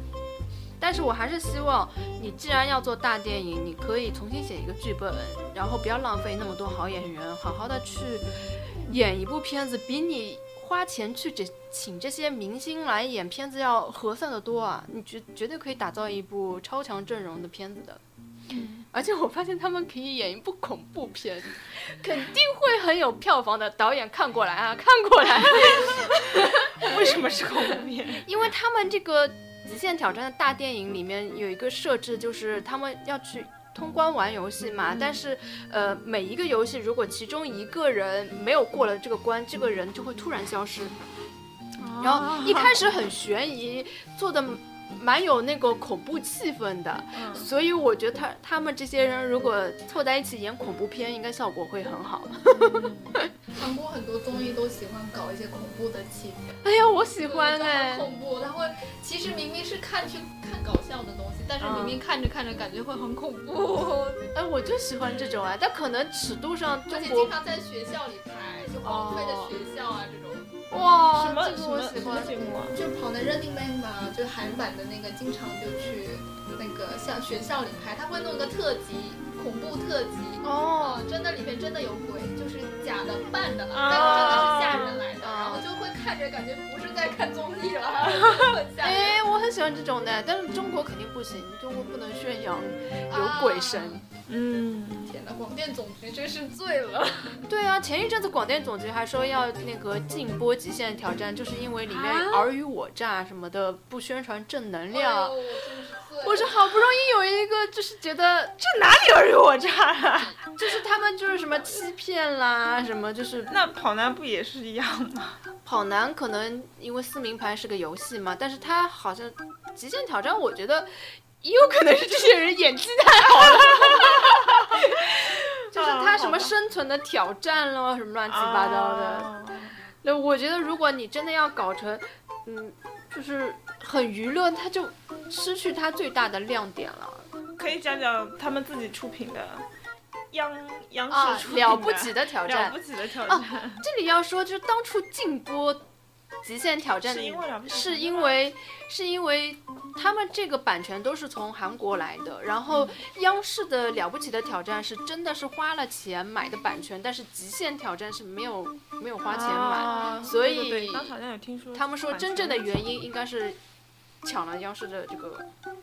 但是我还是希望你既然要做大电影，你可以重新写一个剧本，然后不要浪费那么多好演员，好好的去演一部片子，比你花钱去这请这些明星来演片子要合算的多啊！你绝绝对可以打造一部超强阵容的片子的。而且我发现他们可以演一部恐怖片，肯定会很有票房的。导演看过来 啊，看过来啊、为什么是恐怖片？因为他们这个《极限挑战》的大电影里面有一个设置，就是他们要去通关玩游戏嘛，但是呃，每一个游戏如果其中一个人没有过了这个关，这个人就会突然消失。然后一开始很悬疑，做的蛮有那个恐怖气氛的，所以我觉得他他们这些人如果凑在一起演恐怖片，应该效果会很好。韩国很多综艺都喜欢搞一些恐怖的气氛。哎呀，我喜欢对哎好，恐怖！他会，其实明明是看去看搞笑的东西，但是嗯明明看着看着感觉会很恐怖，哎，我就喜欢这种啊，但可能尺度上而中且国经常在学校里拍，就崩溃的学校啊这种。哇，什么哦这个什么我喜什么欢。节目啊？就跑那 Running Man 吧，就韩版的那个，经常就去那个像学校里拍，他会弄个特辑，恐怖特辑。哦，哦，真的里面真的有鬼，就是假的扮的了，啊但是真的是吓人来的，啊然后就会看着感觉不是在看综艺了，很吓人。哎，我很喜欢这种的，但是中国肯定不行，中国不能宣扬有鬼神。啊嗯，天哪，广电总局真是醉了。对啊，前一阵子广电总局还说要那个禁播《极限挑战》，就是因为里面尔虞我诈什么的，不宣传正能哎呦量。我真是醉了。我是好不容易有一个，就是觉得，这哪里尔虞我诈啊？就是他们就是什么欺骗啦，什么就是那跑男不也是一样吗？跑男可能因为撕名牌是个游戏嘛，但是他好像极限挑战，我觉得也有可能是这些人演技太好了， 就是他哦什么生存的挑战咯，什么 乱七八糟的。啊那、我觉得如果你真的要搞成，嗯，就是很娱乐，他就失去他最大的亮点了。可以讲讲他们自己出品的央央啊视出，品的、了不起的挑了战不！起的挑啊战，这里要说，就是当初禁播《极限挑战》是因为了不起是因为是因为他们这个版权都是从韩国来的，然后嗯央视的《了不起的挑战》是真的是花了钱买的版权，但是《极限挑战》是没有没有花钱买。啊所对对以对当时好像有听说他们说版真正的权原因应该是抢了央视的这个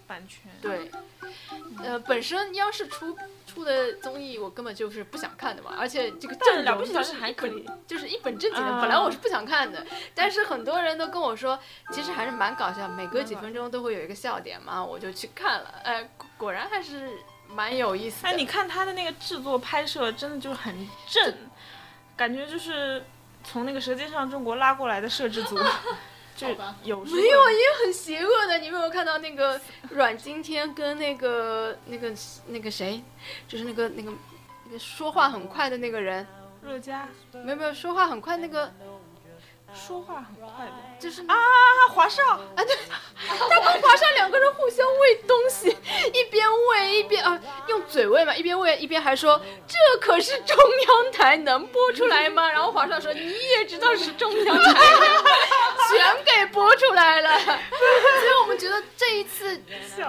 版权，对，嗯呃，本身央视出出的综艺我根本就是不想看的嘛，而且这个但阵了容不起就还是是还一可本以就是一本正经的，啊本来我是不想看的，但是很多人都跟我说，其实还是蛮搞笑，每隔几分钟都会有一个笑点嘛，我就去看了，哎，果果然还是蛮有意思的。哎，你看他的那个制作拍摄，真的就是很正，感觉就是从那个《舌尖上的中国》拉过来的摄制 组，就吧有时候没有，也很邪恶的。你没有看到那 个阮经天跟那个那个那个谁，就是那个那个那个说话很快的那个人，热佳没有没有说话很快那个说话很快的就是啊。啊，华少啊，对， 他跟华山两个人互相喂东西，一边喂一边啊，用嘴喂嘛，一边喂一边还说这可是中央台能播出来吗？然后华少说你也知道是中央台 的，全给播出来了。所以我们觉得这一次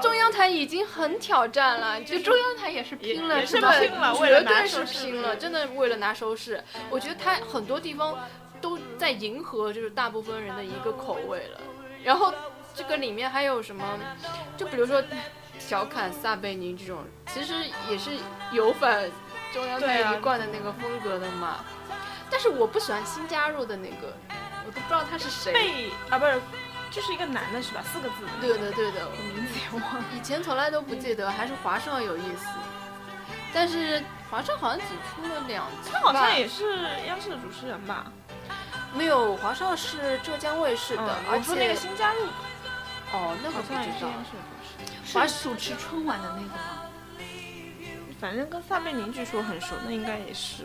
中央台已经很挑战了，就中央台也是也拼了，也是真的拼了，为绝了拿对收是视拼了，真的为了拿收视。我觉得他很多地方都在迎合就是大部分人的一个口味了。然后这个里面还有什么？就比如说调侃撒贝宁这种，其实也是有反中央台对啊一贯的那个风格的嘛。但是我不喜欢新加入的那个，我都不知道他是谁。贝啊，不是，就是一个男的是吧？四个字的，哎对的，对的，名字也忘了。以前从来都不记得，还是华少有意思。但是华少好像只出了两集吧，他好像也是央视的主持人吧？没有，华少是浙江卫视的，嗯，而我说那且个新加入哦，那个好不像也知是道。央视的主持人，华主持春晚的那个吗？反正跟撒贝宁据说很熟，那应该也是。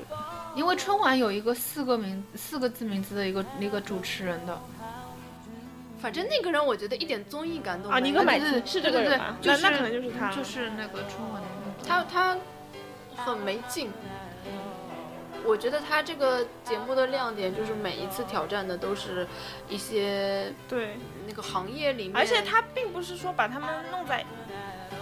因为春晚有一个四个名四个字名字的一个那个主持人的，反正那个人我觉得一点综艺感都没啊，有。你跟买买对对是这个对对人吧？就那是那可能就是他了，就是那个春晚的那个。他他很没劲。我觉得他这个节目的亮点就是每一次挑战的都是一些对。那个行业里面，而且他并不是说把他们弄在，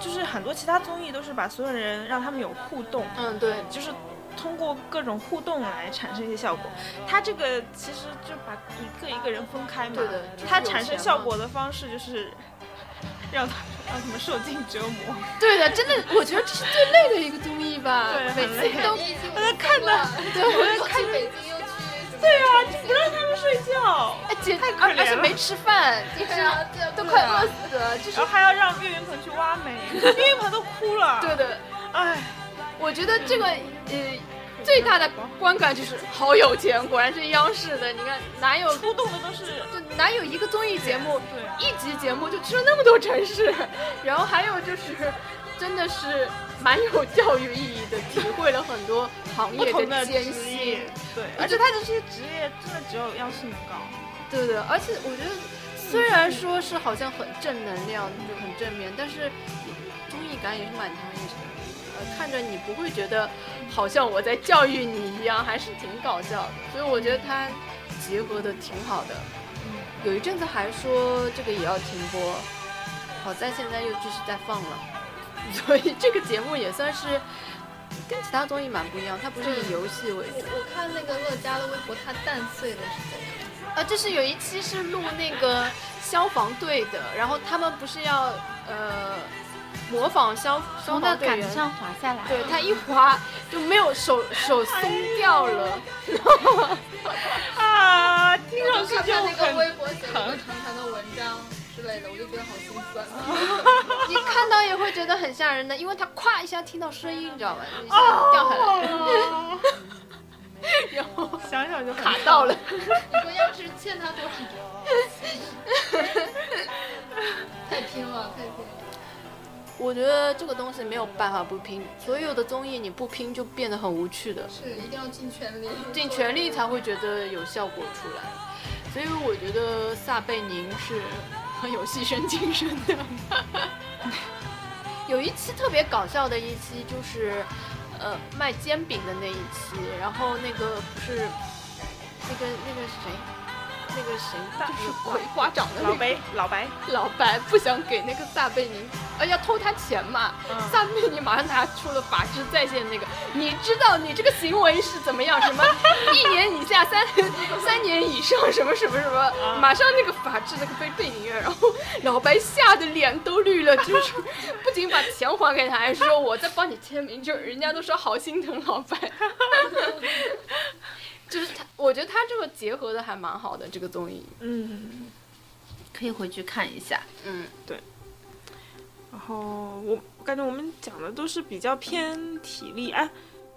就是很多其他综艺都是把所有人让他们有互动，嗯对，就是通过各种互动来产生一些效果。他这个其实就把一个一个人分开嘛，对的就是他有产生钱效嘛果的方式就是让他让他们受尽折磨。对的，真的，我觉得这是最累的一个综艺吧对，每很累次都你已经我看的，对又去北京又去什么？对啊，就不让他们睡觉，哎姐太可怜了而且没吃饭，一对啊直，对啊都不快能饿死了，就是然后还要让岳云鹏去挖煤，岳云鹏都哭了。 对，的。哎，我觉得这个嗯呃最大的观感就是好有钱，果然是央视的。你看哪有出动的都是就哪有一个综艺节目，对。一集节目就去了那么多城市，然后还有就是真的是蛮有教育意义的，体会了很多行不业同的艰职辛业。，对，而且他的这些职业真的只有央视能高。对的，而且我觉得虽然说是好像很正能量，就很正面，但是综艺感也是蛮强烈的。呃，看着你不会觉得好像我在教育你一样，还是挺搞笑的。所以我觉得它结合的挺好的。有一阵子还说这个也要停播，好在现在又继续在放了， 所以这个节目也算是跟其他综艺蛮不一样，它不是以游戏为主。我我看那个乐嘉的微博，他蛋碎的是怎样？呃，就是有一期是录那个消防队的，然后他们不是要呃模仿消消哦从那防队杆子员，上滑下来。对他一滑就没有手手松掉了，啊，听我上就去看就他那个微很博写了一个长长的文章之类的，我就觉得好心 酸。你看到也会觉得很吓人的，因为他咵一下听到声音，你知道吧？就一下掉下来了，想想就很卡到了。你说要是欠他多少？太拼了，太拼了。我觉得这个东西没有办法不拼，所有的综艺你不拼就变得很无趣的，是一定要尽全力，尽全力才会觉得有效果出来。所以我觉得撒贝宁是很有牺牲精神的。 有一期特别搞笑的一期就是，呃，卖煎饼的那一期，然后那个不是那个那个谁，那个谁就是葵花掌的那老个白老白，老白不想给那个撒贝宁，呃，要偷他钱嘛。嗯撒贝宁马上拿出了法治在线那个，你知道你这个行为是怎么样？什么 一年以下三三年以上，什么什么什么，马上那个法治那个被贝宁院，然后老白吓得脸都绿了，就是 不仅把钱还给他，还说我再帮你签名，就是人家都说好心疼老白。 就是他，我觉得他这个结合的还蛮好的，这个综艺，嗯，可以回去看一下。嗯。然后我我感觉我们讲的都是比较偏体力，哎，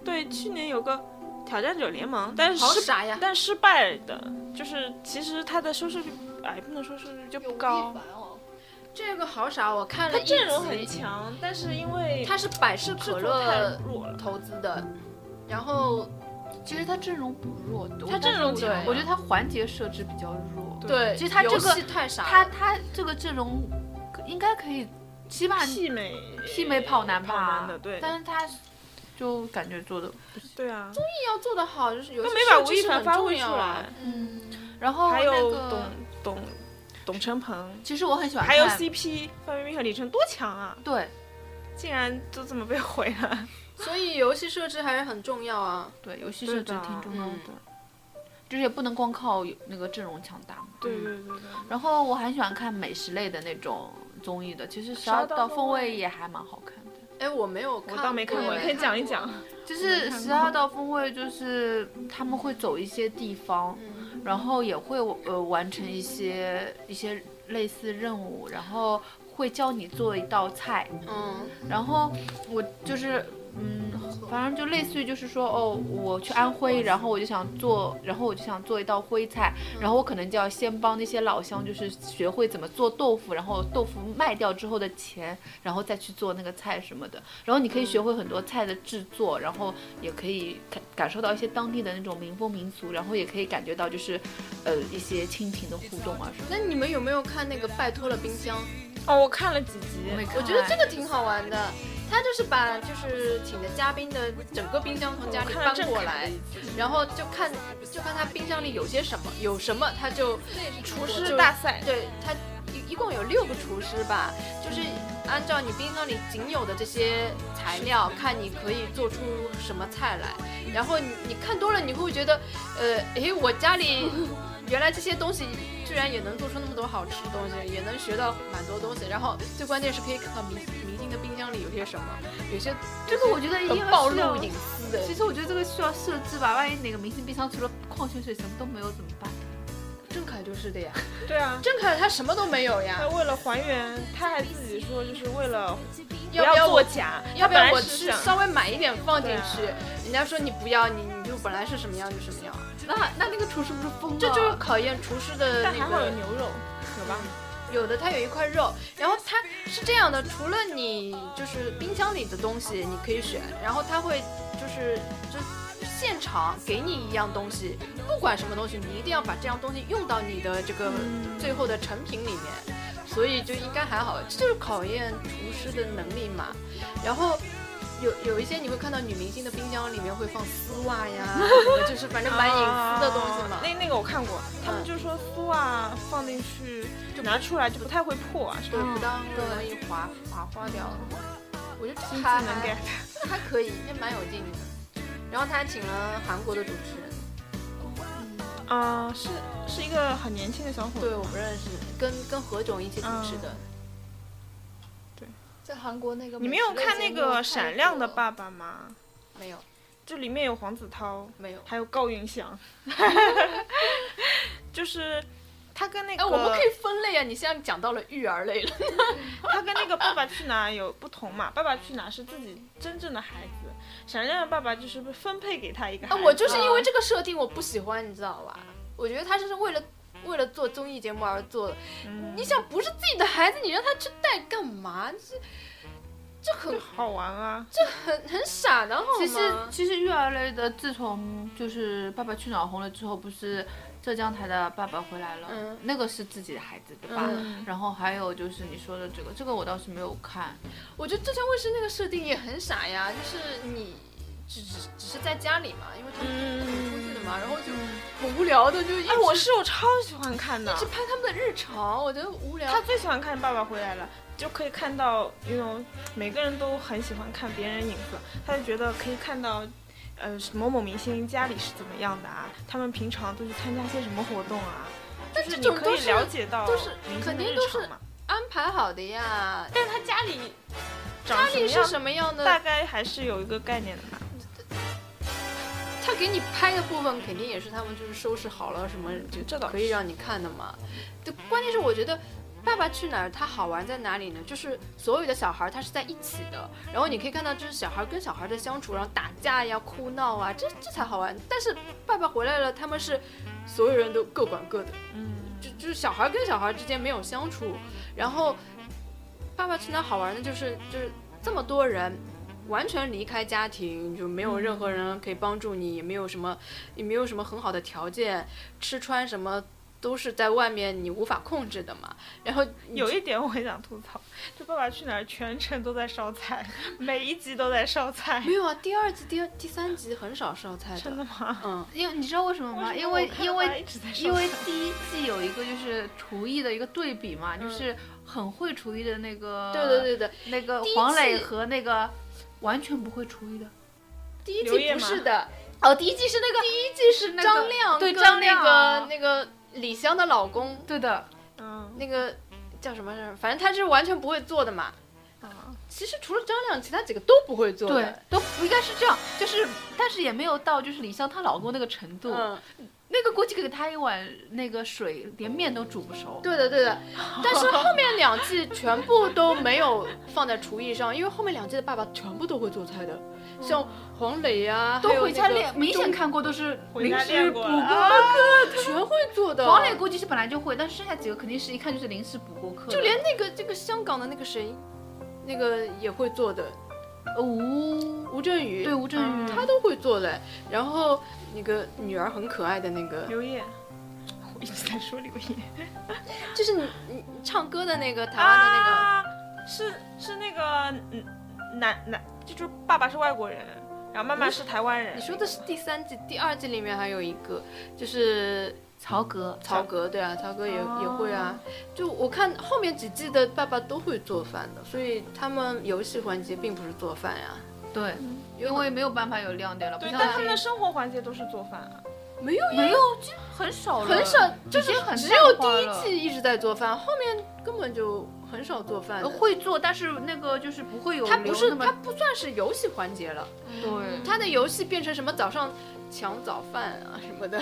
对，去年有个挑战者联盟，但是好失傻呀但失败的，就是其实它的收视率，哎，不能说收视率就有不吴亦高凡，哦，这个好傻，我看它了一阵容很集，强，但是因为它是百事制可作太乐弱了，投资的，然后其实他阵容不弱，它他阵容对强啊，我觉得他环节设置比较弱。对，其实它这游个戏太傻他了，他这个阵容应该可以起码媲美媲美跑男跑吧男的，对，但是他就感觉做的。对啊，要做得好就是游都戏没把设吴置亦是凡很发重挥出要哦啊来，，嗯，然后还那有个董董董成鹏，其实我很喜欢还有看 CP 范冰冰和李晨，多强啊！对竟然就这么被毁了。所以游戏设置还是很重要啊。对，游戏设置对的挺重要的嗯，就是也不能光靠那个阵容强大嘛。对对对对。嗯然后我很喜欢看美食类的那种综艺的，其实《十二二道道锋锋味味》也还蛮好看的。哎，我没有看，我倒没看过，也你可以讲一过哎讲。。就是《十二道锋味》，就是他们会走一些地方，嗯，然后也会呃完成一些一些类似任务，然后会教你做一道菜，嗯然后我就是。嗯，反正就类似于就是说，哦，我去安徽，然后我就想做，然后我就想做一道徽菜，然后我可能就要先帮那些老乡，就是学会怎么做豆腐，然后豆腐卖掉之后的钱，然后再去做那个菜什么的。然后你可以学会很多菜的制作，然后也可以感感受到一些当地的那种民风民俗，然后也可以感觉到就是，呃，一些亲情的互动啊什么那的。你们有没有看那个《拜托了冰箱》？哦，我看了几集，我觉得这个挺好玩的。他就是把就是请的嘉宾的整个冰箱从家里我看了搬郑过恺来，然后就看就看他冰箱里有些什么，有什么他就这也是厨厨师师。是大赛，对他一一共有六个厨师吧，就是按照你冰箱里仅有的这些材料，看你可以做出什么菜来。然后你你看多了，你会觉得，呃，诶，我家 里原来这些东西居然也能做出那么多好吃的东西，也能学到蛮多东西。然后最关键是可以看到明明星的冰箱里有些什么，有些这个我觉得应很该暴是要露隐私的。其实我觉得这个需要设置吧，万一哪个明星冰箱除了矿泉水什么都没有怎么办？郑恺就是的呀，对啊。郑恺他什么都没有呀呃他。为了还原，他还自己说就是为了不要不要我作假，要不他要本我来是吃想稍微买一点放进对啊去？人家说你不要，你你就本来是什么样就什么样，那那那个厨师不是疯了？这就是考验厨师的但还那好有个。牛肉，有吧？有的它有一块肉，然后它是这样的，除了你就是冰箱里的东西你可以选，然后它会就是就现场给你一样东西，不管什么东西，你一定要把这样东西用到你的这个最后的成品里面，所以就应该还好，这就是考验厨师的能力嘛。然后有有一些你会看到女明星的冰箱里面会放丝袜呀，什么就是反正嗯蛮隐私的东西嘛嗯啊。那那个我看过，他们就说丝袜放进去就拿出来就不太会破啊，是对，吧？不当容易划划花掉了。我觉得这新技还能 get。还可以，也蛮有劲的。然后他还请了韩国的主持人，啊、啊、是是一个很年轻的小伙对子，我不认识，跟跟何炅一起主持的。嗯在韩国那个你没美食有类看节那目个太《闪亮的多了爸爸》吗？没有就里面有黄子韬，没有，还有高 云翔，就是他跟那个、哎，我们可以分类啊！你现在讲到了育儿类了，他跟那个《爸爸去哪儿》有不同嘛，《爸爸去哪儿》是自己真正的孩子，《闪亮的爸爸》就是分配给他一个孩啊子。我就是因为这个设定我不喜欢，你知道吧？我觉得他就是为了为了做综艺节目而做的。嗯你想，不是自己的孩子，你让他去带干嘛？这这很好玩啊，很很傻的好吗？其实其实育儿类的，自从就是《爸爸去哪儿》红了之后，不是浙江台的《爸爸回来了》嗯那个是自己的孩子对吧？嗯然后还有就是你说的这个，这个我倒是没有看。我觉得浙江卫视那个设定也很傻呀，就是你只只只是在家里嘛，因为他们嗯出去的嘛，然后就很无聊的就一直、哎，我室友超喜欢看的一直，拍他们的日常，我觉得无聊他。最喜欢看《爸爸回来了》，就可以看到，因为每个人都很喜欢看别人影子，他就觉得可以看到。呃，某某明星家里是怎么样的啊？他们平常都去参加些什么活动啊？但就这是你种可都以是了解到都是明星肯的定日都常是嘛。安排好的呀。但他家里长家什里么是样，什么样的，大概还是有一个概念的吧。他给你拍的部分肯定也是他们就是收拾好了什么就这倒是可以让你看的嘛。就关键是我觉得。爸爸去哪儿？它好玩在哪里呢？就是所有的小孩儿他是在一起的，然后你可以看到，就是小孩儿跟小孩儿的相处，然后打架呀、哭闹啊，这这才好玩。但是爸爸回来了，他们是所有人都各管各的，嗯，就就是小孩跟小孩之间没有相处，然后《爸爸去哪儿》好玩的就是就是这么多人。完全离开家庭，就没有任何人可以帮助你，也没有什么，也没有什么很好的条件，吃穿什么都是在外面你无法控制的嘛。然后你有一点我很想吐槽，就《爸爸去哪儿》全程都在烧菜，每一集都在烧菜，没有啊？第二季、第二第三集很少烧菜真的，的吗？嗯，因为你知道为什么吗？什么啊因为我看因到大家为一直在烧菜因为第一季有一个就是厨艺的一个对比嘛，就是很会厨艺的那个，对对对对，那个第一黄磊季和那个完全不会厨艺的。第一刘季烨不吗是的，哦，第一季是那个第一季是那个张亮对跟张那亮个啊那个李湘的老公，对的，嗯那个叫什么事儿，反正他是完全不会做的嘛。啊，其实除了张亮，其他几个都不会做对的。，都不应该是这样，就是但是也没有到就是李湘她老公那个程度。嗯，那个估计给他一碗那个水，连面都煮不熟。对的对的。但是后面两季全部都没有放在厨艺上，因为后面两季的爸爸全部都会做菜的，像黄磊呀、还都有回家那个练，明显看过都是回临家时练补过过。啊了。全会做的。黄磊估计是本来就会，但是剩下几个肯定是一看就是临时补过课的。就连那个这个香港的那个谁，那个也会做的，呃吴吴镇宇，对吴镇宇，他都会做的。然后那个女儿很可爱的那个，刘烨， 我一直在说刘烨就是你你唱歌的那个台湾的那个。，啊是是那个嗯男男，就就是爸爸是外国人，然后妈妈是台湾人你。说的是第三季、第二季里面还有一个，就是曹格曹格，对啊，曹格也、也会啊。就我看后面几季的爸爸都会做饭的，所以他们游戏环节并不是做饭呀、对，嗯因为没有办法有亮点了，不对，像但他们的是生活环节都是做饭啊。 没有呀，没有就很少了，很少，就已是经很只淡有化第一了季一直在做饭，后面根本就很少做饭呃的。会做，但是那个就是不会有他不是留那他嗯么不算是游戏环节了，对。他的游戏变成什么早上抢早饭啊什么的。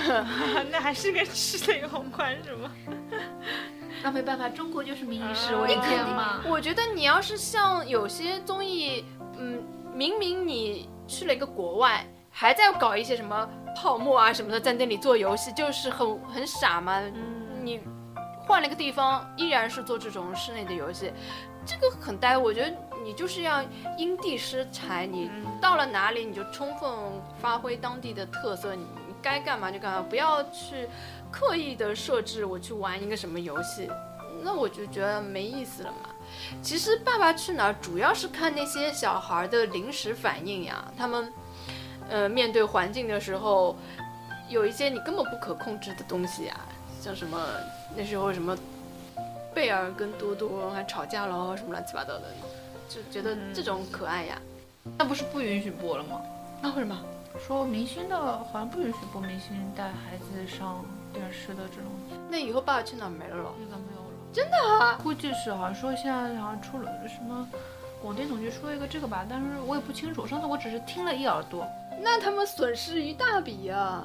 那还是跟吃的有关是吗？那没办法，中国就是民以食啊为你天嘛。我觉得你要是像有些综艺，嗯，明明你去了一个国外，还在搞一些什么泡沫啊什么的，在那里做游戏，就是很很傻嘛。你换了一个地方，依然是做这种室内的游戏，这个很呆。我觉得你就是要因地施材，你到了哪里你就充分发挥当地的特色，你你该干嘛就干嘛，不要去刻意的设置我去玩一个什么游戏，那我就觉得没意思了嘛。其实《爸爸去哪儿》主要是看那些小孩儿的临时反应呀，他们，呃，面对环境的时候，有一些你根本不可控制的东西呀，像什么那时候什么贝尔跟多多还吵架喽，什么乱七八糟的，就觉得这种可爱呀。那不是不允许播了吗？啊那为什么？说明星的好像不允许播明星带孩子上点儿吃的这种。那以后爸爸去哪儿没了咯？应该没有了。真的啊？估计是好像说现在好像出了什么，广电总局出了一个这个吧，但是我也不清楚。上次我只是听了一耳朵，那他们损失一大笔呀、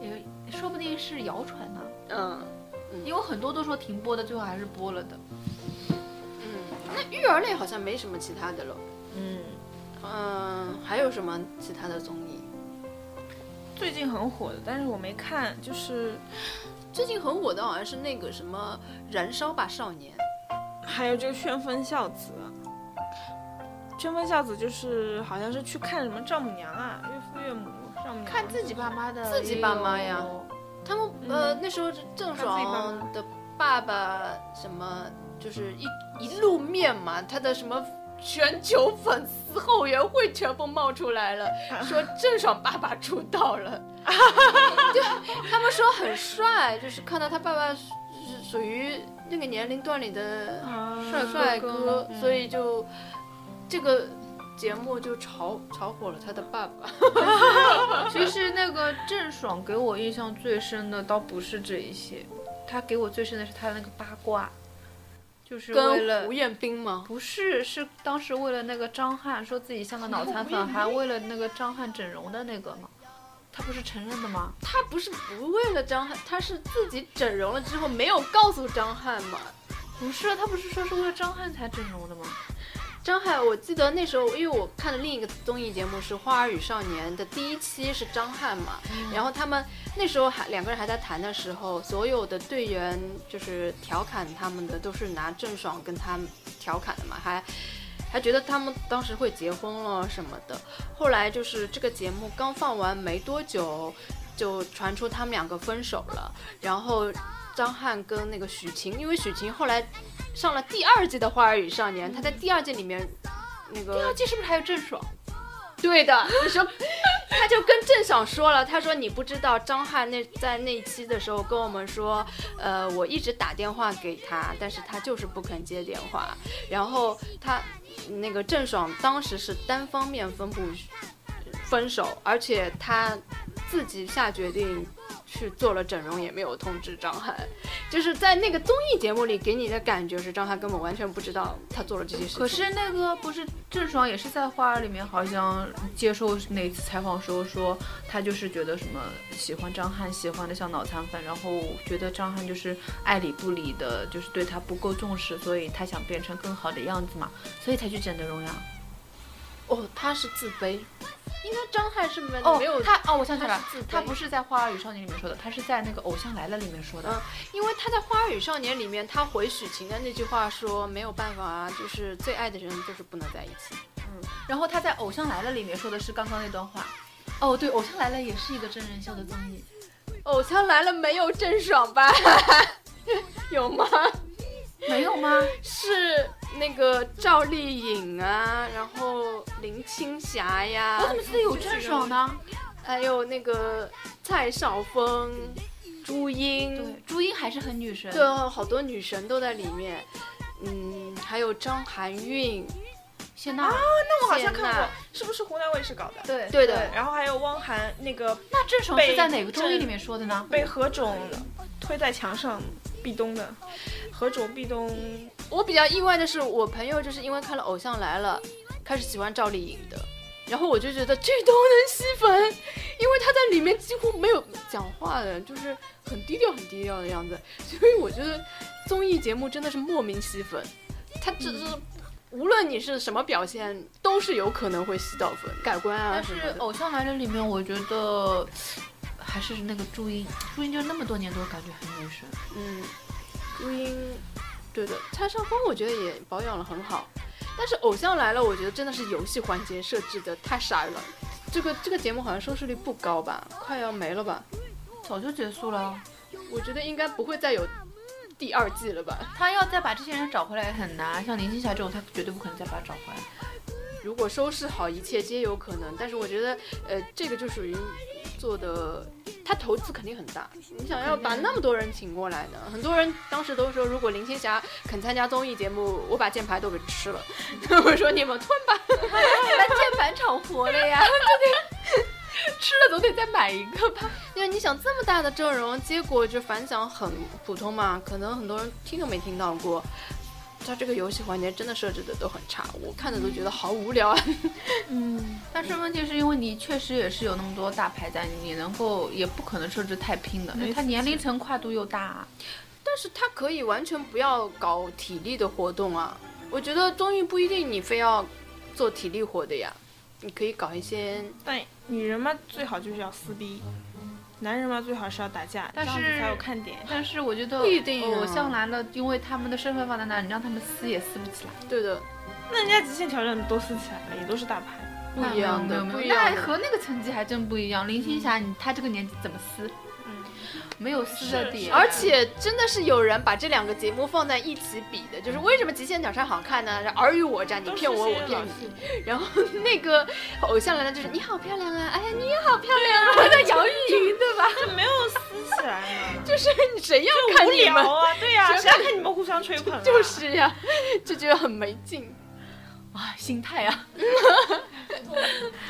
也说不定是谣传呢、嗯因为很多都说停播的，最后还是播了的。嗯，那育儿类好像没什么其他的了。嗯，嗯，还有什么其他的综艺？最近很火的，但是我没看，就是最近很火的好像是那个什么《燃烧吧少年》。还有这个旋风孝子。旋风孝子就是好像是去看什么丈母娘啊、岳父岳母、丈母娘，看自己爸妈的，自己爸妈 呀。他们呃、那时候郑爽的爸爸什么就是一一露面嘛，他的什么全球粉丝后援会全部冒出来 了，说郑爽爸爸出道 了。对，他们说很帅，就是看到他爸爸是是属于那个年龄段里的啊嗯帅帅哥，嗯所以就这个节目就炒炒火了他的爸爸。其实那个郑爽给我印象最深的倒不是这一些，她给我最深的是她的那个八卦，就是为跟了胡。彦斌吗？不是，是当时为了那个张翰说自己像个脑残粉，还为了那个张翰整容的那个嘛，他不是承认的吗？他不是不为了张翰，他是自己整容了之后没有告诉张翰嘛。不是，他不是说是为了张翰才整容的吗？张翰，我记得那时候，因为我看的另一个综艺节目是《花儿与少年》的第一期是张翰嘛，然后他们那时候还两个人还在谈的时候，所有的队员就是调侃他们的都是拿郑爽跟他们调侃的嘛，还还觉得他们当时会结婚了什么的。后来就是这个节目刚放完没多久，就传出他们两个分手了，然后张翰跟那个许晴，因为许晴后来上了第二季的《花儿与少年》，他在第二季里面。那个第二季啊是不是还有郑爽？对的，你说， 他就跟郑爽说了，他说你不知道张翰那在那一期的时候跟我们说，呃，我一直打电话给他，但是他就是不肯接电话。然后他那个郑爽当时是单方面分不分手，而且他自己下决定去做了整容，也没有通知张翰。就是在那个综艺节目里给你的感觉是，张翰根本完全不知道他做了这些事情。可是那个不是郑爽也是在花儿里面，好像接受哪次采访时候说，她就是觉得什么喜欢张翰，喜欢的像脑残粉，然后觉得张翰就是爱理不理的，就是对她不够重视，所以她想变成更好的样子嘛，所以才去整的容呀。哦，他是自卑，应该张翰是没、没有，她哦，我想起来了她是自卑，她不是在《花儿与少年》里面说的，她是在那个《偶像来了》里面说的。嗯因为他在《花儿与少年》里面，他回许晴的那句话说没有办法啊，就是最爱的人就是不能在一起。然后他在《偶像来了》里面说的是刚刚那段话。哦，对，《偶像来了》也是一个真人秀的综艺，偶像来了没有郑爽吧？ 有吗？没有吗？是那个赵丽颖啊，然后林青霞呀，我怎么记得有郑爽呢？还有那个蔡少芬、朱对茵，，朱茵还是很女神。对，啊好多女神都在里面。嗯，还有张含韵，谢娜。那我好像看谢娜过，是不是湖南卫视搞的？对啊对的然后还有汪涵那个那郑爽是在哪个综艺里面说的呢？啊被何炅推在墙上壁咚的，何炅壁咚，我比较意外的是，我朋友就是因为看了《偶像来了》，开始喜欢赵丽颖的，然后我就觉得这都能吸粉，因为她在里面几乎没有讲话的，就是很低调、很低调的样子，所以我觉得综艺节目真的是莫名吸粉，它只是。无论你是什么表现，都是有可能会吸到粉、改观啊但什是么《的。偶像来了》里面，我觉得还是那个朱茵，朱茵就那么多年都感觉很女神。嗯，朱茵，对的，蔡少芬我觉得也保养了很好，但是《偶像来了》我觉得真的是游戏环节设置的太傻了，这个这个节目好像收视率不高吧，快要没了吧，早就结束了，我觉得应该不会再有第二季了吧。她要再把这些人找回来很难。像林青霞这种，她绝对不可能再把她找回来。如果收视好，一切皆有可能，但是我觉得，呃，这个就属于做的。他投资肯定很大，你想要把那么多人请过来呢？很多人当时都说，如果林青霞肯参加综艺节目，我把键盘都给吃了。 我说你们吞吧，那键盘厂活了呀！ 吃了总得再买一个 吧。因为你想这么大的阵容，结果就反响很普通嘛，可能很多人听都没听到过。它这个游戏环节真的设置的都很差，我看着都觉得好无聊啊。但是问题是因为你确实也是有那么多大牌在，你能够也不可能设置太拼的，因为它年龄层跨度又大啊、但是它可以完全不要搞体力的活动啊。我觉得综艺不一定你非要做体力活的呀，你可以搞一些但女人嘛，最好就是要撕逼。男人嘛，最好是要打架，但这样子是才有看点。但是我觉得不一定啊偶像来了，因为他们的身份放在那，你让他们撕也撕不起来。对的那人家极限挑战都撕起来了，也都是大牌。不一样的，没有不没有一没有样那的。和那个成绩还真不一样。林青霞，你她这个年纪怎么撕？嗯，没有撕的是点。是啊而且真的是有人把这两个节目放在一起比的，就是为什么《极限挑战》好看呢？然后尔虞我诈，你都是骗我，些我骗老你。戏然后那个偶像来了，就是你好漂亮啊，哎呀，你也好漂亮 啊，我的杨钰莹对吧？就没有撕起来 嘛，就是谁要看无你们聊？啊！对呀、谁谁要看你们互相吹捧、啊？就是呀、就觉得很没劲。啊，心态啊，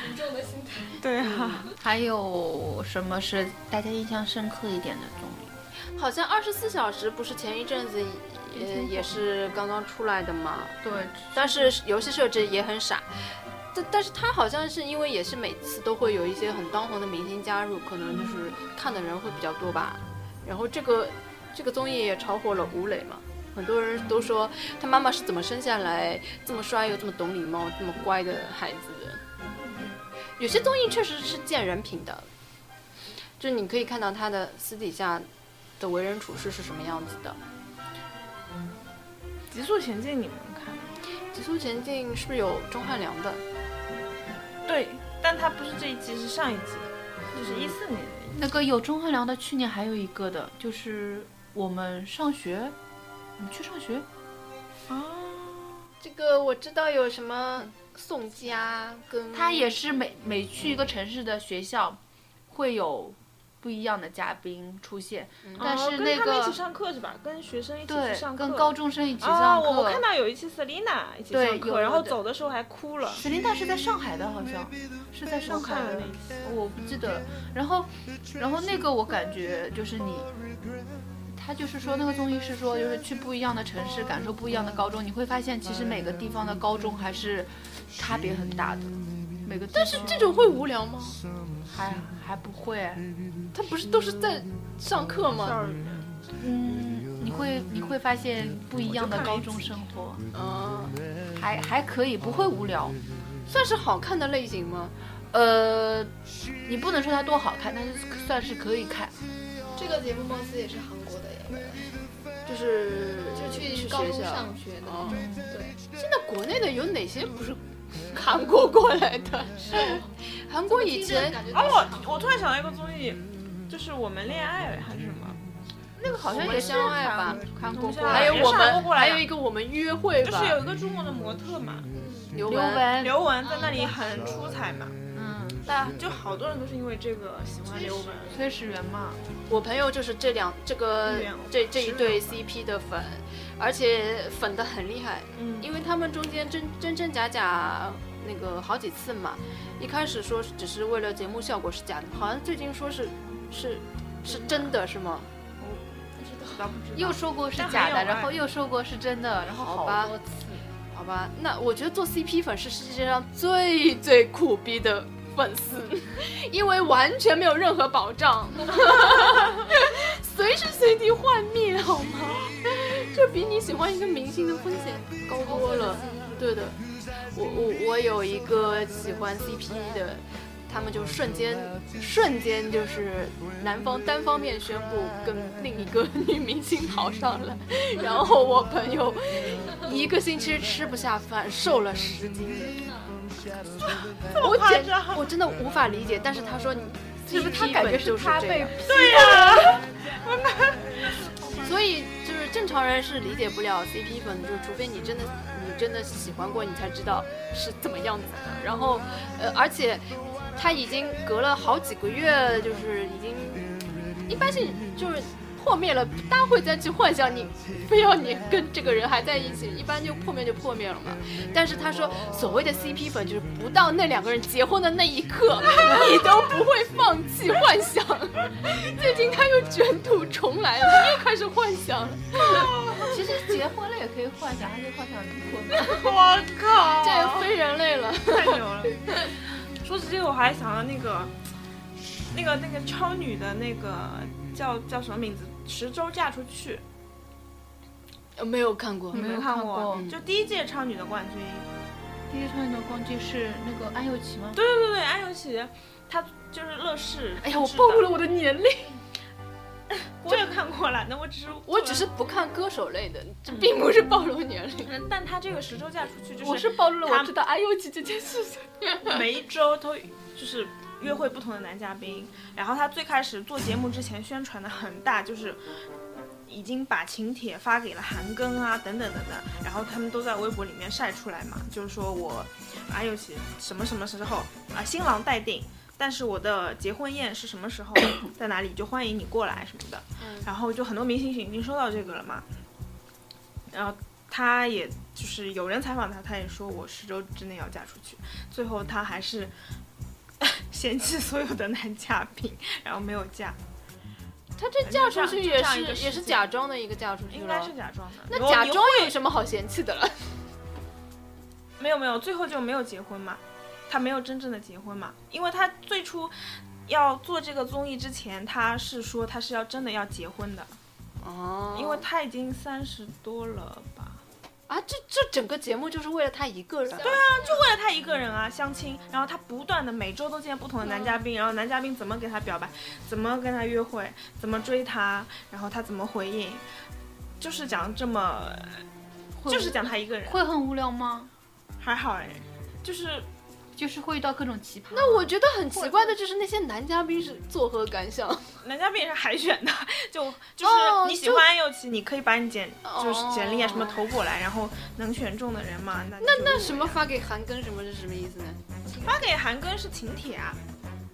民众的心态。对啊，还有什么是大家印象深刻一点的综艺？好像二十四小时不是前一阵子也也是刚刚出来的嘛，对，但是游戏设置也很傻。但但是它好像是因为也是每次都会有一些很当红的明星加入，可能就是看的人会比较多吧。然后这个这个综艺也炒火了吴磊嘛，很多人都说他妈妈是怎么生下来这么帅又这么懂礼貌、这么乖的孩子的。有些综艺确实是见人品的，就是你可以看到他的私底下的为人处事是什么样子的。极速前进你们看吗？ 《极速前进》是不是有钟汉良的？对，但它不是这一季，是上一季，就是一四年的。那个有钟汉良的，去年还有一个的，就是我们上学，我们去上学，哦这个我知道有什么宋佳跟他也是每每去一个城市的学校，会有不一样的嘉宾出现，但哦是跟那他们一起个上课是吧？跟学生一起去上课，对，跟高中生一起啊，上我我看课。到有一期 Selina 一起对上有课，的然后走的时候还哭了。沈琳大是在上海的，好像是在嗯上我海看了的那一，期，我不记得了。然后，然后那个我感觉就是你，他就是说那个综艺是说就是去不一样的城市，感受不一样的高中，你会发现其实每个地方的高中还是差别很大的。每个但是这种会无聊吗？还还不会，啊嗯他不是都是在上课吗？嗯，你会你会发现不一样的高中生活，嗯，还还可以，不会无聊。算是好看的类型吗？呃，你不能说它多好看，但是算是可以看。这个节目貌似也是韩国的耶，就是就去去高学中校。上学的那哦种。对，现在国内的有哪些不是韩国过来的？ 韩国以前感觉都是哦韩，我国我突然想到一个综艺，就是我们恋爱还是什么，那个好像我也们是相爱吧韩韩国过还来有的，我也是韩国们，过来还的有一个我们约会就是吧，有一个中国的模特嘛，刘刘雯。雯，刘雯在那里很出彩嘛，嗯，但就好多人都是因为这个喜欢刘雯。崔始源嘛，我朋友就是这两这个这两这这一十对两吧 CP 的粉，而且粉的很厉害，嗯因为他们中间真真真假假那个好几次嘛，一开始说是只是为了节目效果是假的，好像最近说是是是真的是吗？又说过是但很假的，有爱然后又说过是真的，然后好吧哎好多次。好吧，那我觉得做 CP 粉是世界上最最苦逼的粉丝， 因为完全没有任何保障， 随时随地幻灭，好吗？ 这比你喜欢一个明星的风险高多了。对的，我我我有一个喜欢 CP 的，他们就瞬间瞬间就是男方单方面宣布跟另一个女明星好上了，然后我朋友一个星期吃不下饭，瘦了十斤。我简我真的无法理解，但是他说你。是不是他感觉是他被对呀、所以就是正常人是理解不了 CP 粉，就是除非你真的你真的喜欢过，你才知道是怎么样子的。然后，呃，而且他已经隔了好几个月，就是已经一般性就是。破灭了，大家会再去幻想你，非要你跟这个人还在一起，一般就破灭就破灭了嘛。但是他说，所谓的 CP 粉就是不到那两个人结婚的那一刻，你都不会放弃幻想。最近他又卷土重来了，又开始幻想了。其实结婚了也可以幻想，还可以幻想离婚。 我靠，这个非人类了。太牛了！说起这个，我还想到那个，那个那个超女的那个叫叫什么名字？十周嫁出去，呃没有看过，嗯没没有看看过过？就第一届超女的冠军，第一串的光剧是那个安又琪吗？对对对对，安又琪，她就是乐视。哎呀，我暴露了，了我的年龄。我也看过了，那我只是我只是不看歌手类的，这并不是暴露年龄。嗯，但她这个十周嫁出去， 我就是暴露了他我知道安又琪这件事情。每一周都就是约会不同的男嘉宾。然后他最开始做节目之前宣传的很大，就是已经把请帖发给了韩庚啊等等等等。然后他们都在微博里面晒出来嘛，就是说我啊有些什么什么时候啊新郎待定。但是我的结婚宴是什么时候，在哪里就欢迎你过来什么的，然后就很多明星已经收到这个了嘛，然后他也就是有人采访他，他也说我十周之内要嫁出去，最后他还是 嫌弃所有的男嘉宾， 然后没有嫁，他这嫁出去就也这样是一个事也是情假装的一个嫁出去应该了是。假装的。那有假有装有什么好嫌弃的了？没有没有，最后就没有结婚嘛，他没有真正的结婚嘛，因为他最初要做这个综艺之前，他是说他是要真的要结婚的，哦因为他已经三十多了吧。啊，这这整个节目就是为了他一个人。对啊为了他一个人啊相亲，然后他不断的每周都见不同的男嗯嘉宾，然后男嘉宾怎么给他表白，怎么跟他约会，怎么追他，然后他怎么回应，就是讲这么，会就是讲他一个人，会很无聊吗？还好哎，就是就是会遇到各种奇葩。那啊我觉得很奇怪的就是那些男嘉宾是作何感想？男嘉宾也是海选的，就就是哦你喜就欢安又琪，你可以把你简就是简历啊哦什么投过来，然后能选中的人嘛，那那 那什么发给韩庚什么是什么意思呢？发给韩庚是请帖啊，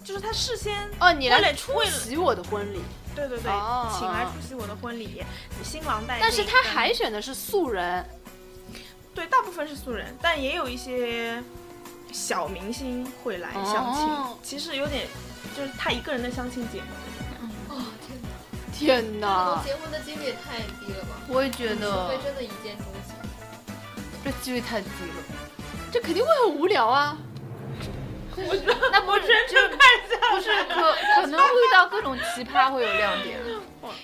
就是他事先哦，你为来了出为了洗我的婚礼，对对对，哦请来出席我的婚礼，新郎带但是领哎他等海选的是素人，对，大部分是素人，但也有一些小明星会来相亲。哦其实有点，就是他一个人的相亲 节目。哦天哪，天啊我哪！结婚的几率也太低了吧？我也觉除非得真的一见钟情。这几率太低了。这肯定会很无聊啊！那不是就不是 可可能会遇到各种奇葩，会有亮点。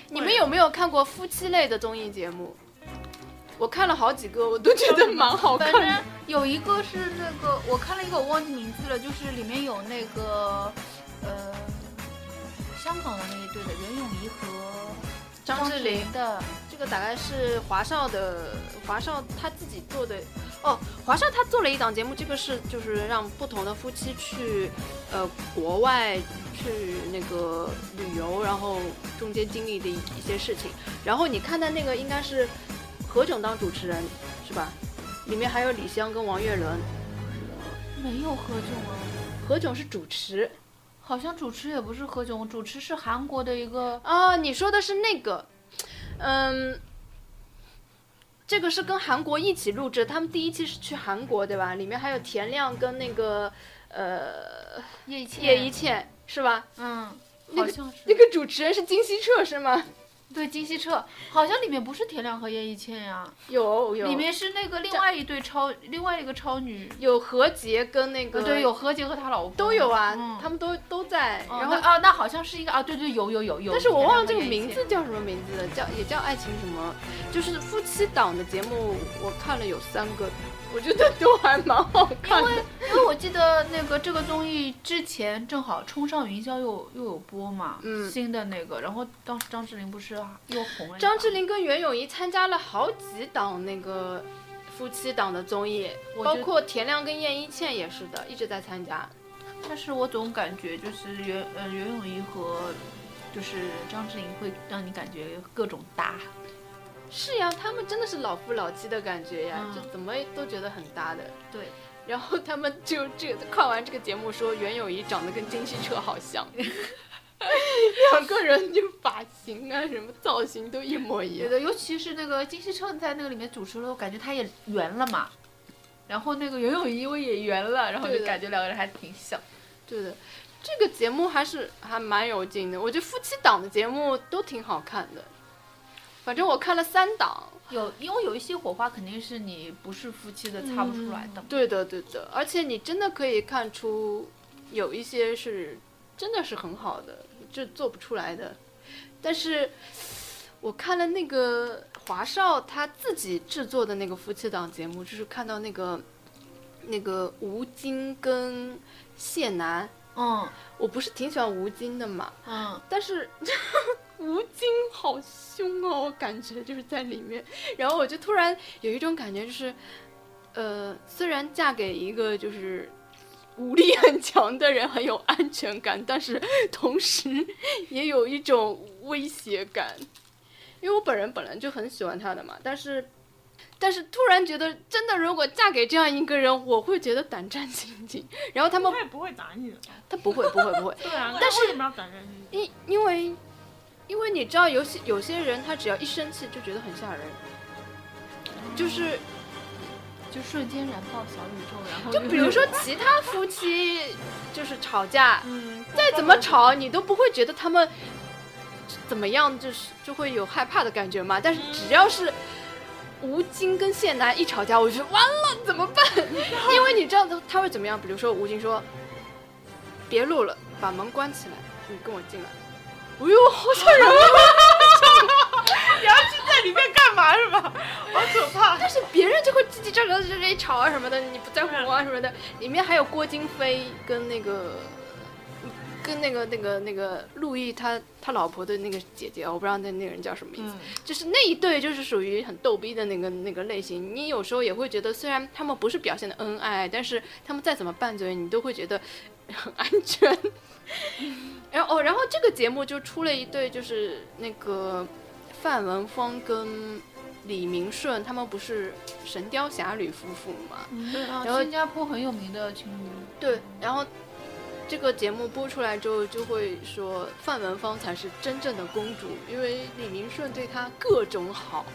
你们有没有看过夫妻类的综艺节目？我看了好几个，我都觉得蛮好反看正的。有一个是那个，我看了一个，我忘记名字了，就是里面有那个，呃，香港的那一对的袁咏仪和张智霖的，这个大概是华少的，华少他自己做的。哦，华少他做了一档节目，这个是就是让不同的夫妻去，呃，国外去那个旅游，然后中间经历的一一些事情。然后你看的那个应该是何炅当主持人是吧？里面还有李湘跟王岳伦，没有何炅啊，何炅是主持好像主持也不是何炅，主持是韩国的一个，啊，你说的是那个，嗯，这个是跟韩国一起录制，他们第一期是去韩国对吧？里面还有田亮跟那个呃叶一茜，叶一茜是吧？嗯，那好个像是、那个主持人是金希澈是吗？对金希澈，好像里面不是田亮和叶一茜呀、有有，里面是那个另外一对超，另外一个超女，有何洁跟那个呃，对，有何洁和她老公都有啊，嗯他们都都在，哦然后。那啊，那好像是一个啊，对对，有有有有，但是我忘了这个有名字叫什么名字了，叫也叫爱情什么，就是夫妻档的节目，我看了有三个，我觉得都还蛮好看的。因为我记得那个这个综艺之前正好《冲上云霄又》又有播嘛，嗯新的那个，然后当时张智霖不是啊又红了一把，张智霖跟袁咏仪参加了好几档那个夫妻档的综艺，我包觉括田亮跟叶一茜也是的，一直在参加。但是我总感觉就是袁呃袁咏仪和就是张智霖会让你感觉各种搭，是呀，他们真的是老夫老妻的感觉呀，嗯就怎么都觉得很搭的。对。然 后他们就这个看完这个节目说袁咏仪长得跟金希澈好像，两个人就发型啊，什么造型都一模一对样。的，尤其是那个金希澈在那个里面主持了，我感觉他也圆了嘛。然后那个袁咏仪我也圆了，然后对就的感觉两个人还挺像。对的，这个节目还是还蛮有劲的。我觉得夫妻档的节目都挺好看的，反正我看了三档。有，因为有一些火花肯定是你不是夫妻的擦不出来的。对的，对的，而且你真的可以看出，有一些是真的是很好的，这做不出来的。但是我看了那个华少他自己制作的那个夫妻档节目，就是看到那个那个吴京跟谢楠，嗯我不是挺喜欢吴京的嘛，嗯，但是 吴京好凶哦，我感觉就是在里面。然后我就突然有一种感觉，就是，呃，虽然嫁给一个就是武力很强的人很有安全感，但是同时也有一种威胁感。因为我本人本来就很喜欢他的嘛，但是。但是突然觉得，真的如果嫁给这样一个人，我会觉得胆战心惊。然后他们他，也不会打你的。他不会，不会，不会，对啊，但是为什么要打人？因因为，因为你知道有些有些人他只要一生气就觉得很吓人，就是就瞬间燃爆小宇嗯宙，然后就比如说其他夫妻就是吵架，嗯，再怎么吵你都不会觉得他们怎么样，就是就会有害怕的感觉嘛。但是只要是吴京跟谢楠一吵架，我就觉得完了怎么办？ 因为你知道他他会怎么样？比如说吴京说：“别录了，把门关起来，你跟我进来。”哎呦，好吓人啊！在里面干嘛是吧？ 好可怕！但是别人就会叽叽喳喳在这里吵啊什么的，你不在乎啊什么的。里面还有郭京飞跟那个，跟那个那个那个陆毅他他老婆的那个姐姐，我不知道那那个人叫什么名字。嗯，就是那一对就是属于很逗逼的那个那个类型。你有时候也会觉得，虽然他们不是表现的恩爱，但是他们再怎么拌嘴，你都会觉得很安全。 然后哦，然后这个节目就出了一对，就是那个范文芳跟李明顺，他们不是《神雕侠侣》夫妇嘛？然然后后新加坡很有名的情侣，对，然后这个节目播出来之后，就会说范文芳才是真正的公主，因为李明顺对她各种好，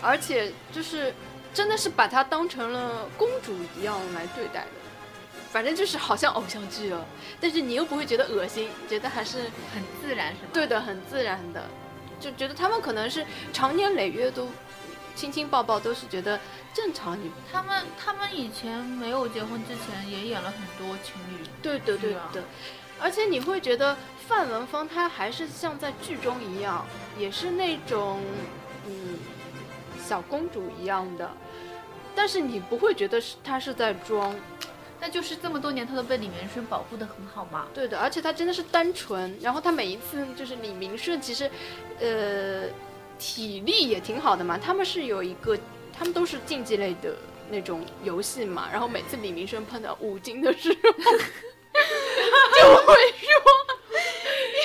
而且就是真的是把她当成了公主一样来对待的。反正就是好像偶像剧哦，但是你又不会觉得恶心，觉得还是很自然是吗？对的，很自然的，就觉得他们可能是长年累月都亲亲抱抱，都是觉得正常。你他们他们以前没有结婚之前也演了很多情侣，对的，对是啊的。而且你会觉得范文芳她还是像在剧中一样，也是那种嗯小公主一样的，但是你不会觉得是她是在装。那就是这么多年他都被李元顺保护的很好嘛。对的，而且她真的是单纯。然后她每一次就是李明顺，其实呃体力也挺好的嘛。他们是有一个，他们都是竞技类的那种游戏嘛。然后每次李明顺碰到五金的时候，就会说，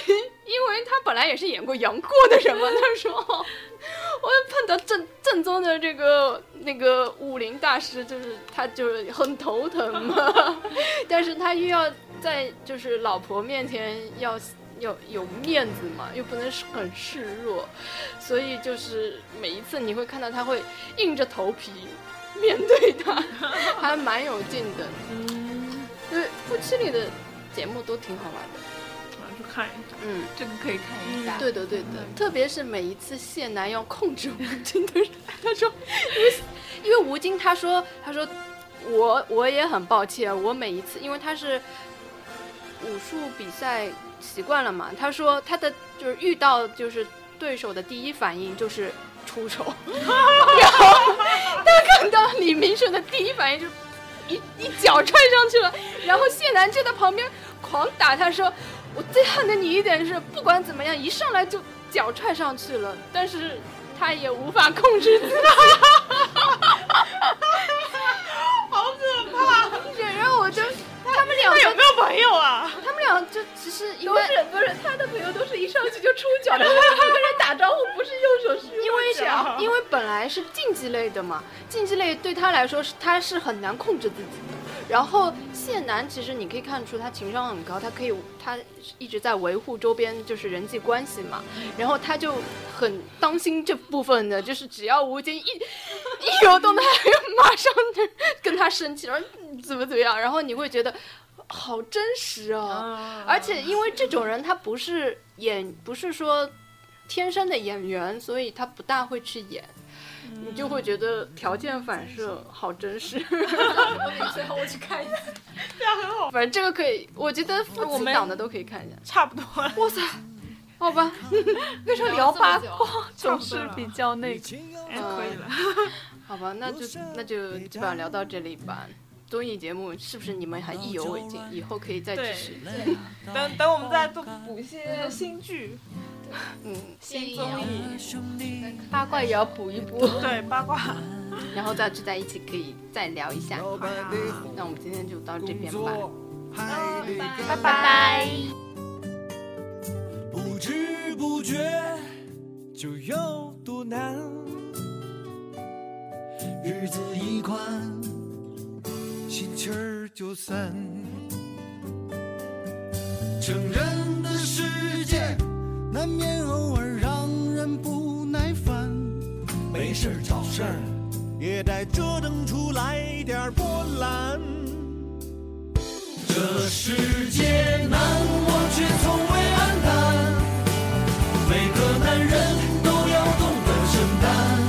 因因为他本来也是演过杨过的人嘛，他说，哦 我碰到正正宗的这个那个武林大师，就是他就是很头疼 嘛，但是他又要在就是老婆面前要。要有面子嘛，又不能是很示弱，所以就是每一次你会看到他会硬着头皮面对他，还蛮有劲的。嗯，对，夫妻里的节目都挺好玩的。我去看一下。嗯，这个可以看一下。对的对的，特别是每一次谢楠要控制吴京的时候，他说，因为因为吴京他说他说我我也很抱歉，我每一次因为他是武术比赛习惯了嘛，他说他的就是遇到就是对手的第一反应就是出手，然后他看到李明顺的第一反应就是一一脚踹上去了，然后谢楠就在旁边狂打他说。我最恨的你一点是，不管怎么样，一上来就脚踹上去了，但是他也无法控制 自己，好可怕！然后我就，他们两他有个，没有朋友啊？他们俩就其实应不该是不是，他的朋友都是一上去就出 脚的，一个人打招呼不是右手是因为啊脚因为本来是竞技类的嘛，竞技类对他来说是他是很难控制自己的。然后谢楠其实你可以看出他情商很高，他可以他一直在维护周边就是人际关系嘛，然后他就很当心这部分的，就是只要吴京一 一有动态， 马上就跟他生气，然后怎么怎么样，然后你会觉得好真实啊。嗯而且因为这种人他不是演，不是说天生的演员，所以他不大会去演。你就会觉得条件反射好真实，最后我去看一下。 反正这个可以，我觉得父我子们档的都可以看一下。差不多了，哇塞，好吧， 为什么聊八啊卦差总不是多了比较那个？哎，可以了。好吧，那就那就基本上聊到这里吧。综艺节目是不是你们还意犹未尽？以后可以再继对续。等等，我们再多补一些新剧、嗯，新综艺，八卦也要补一补。对八卦。然后再聚在一起可以再聊一下。那我们今天就到这边吧。拜拜。不知不觉就有多难，日子一宽，心气儿就散。成人的世界，难免偶尔让人不耐烦。没事儿找事儿，也得折腾出来点儿波澜。这世界难，我却从未黯淡。每个男人都要懂得承担。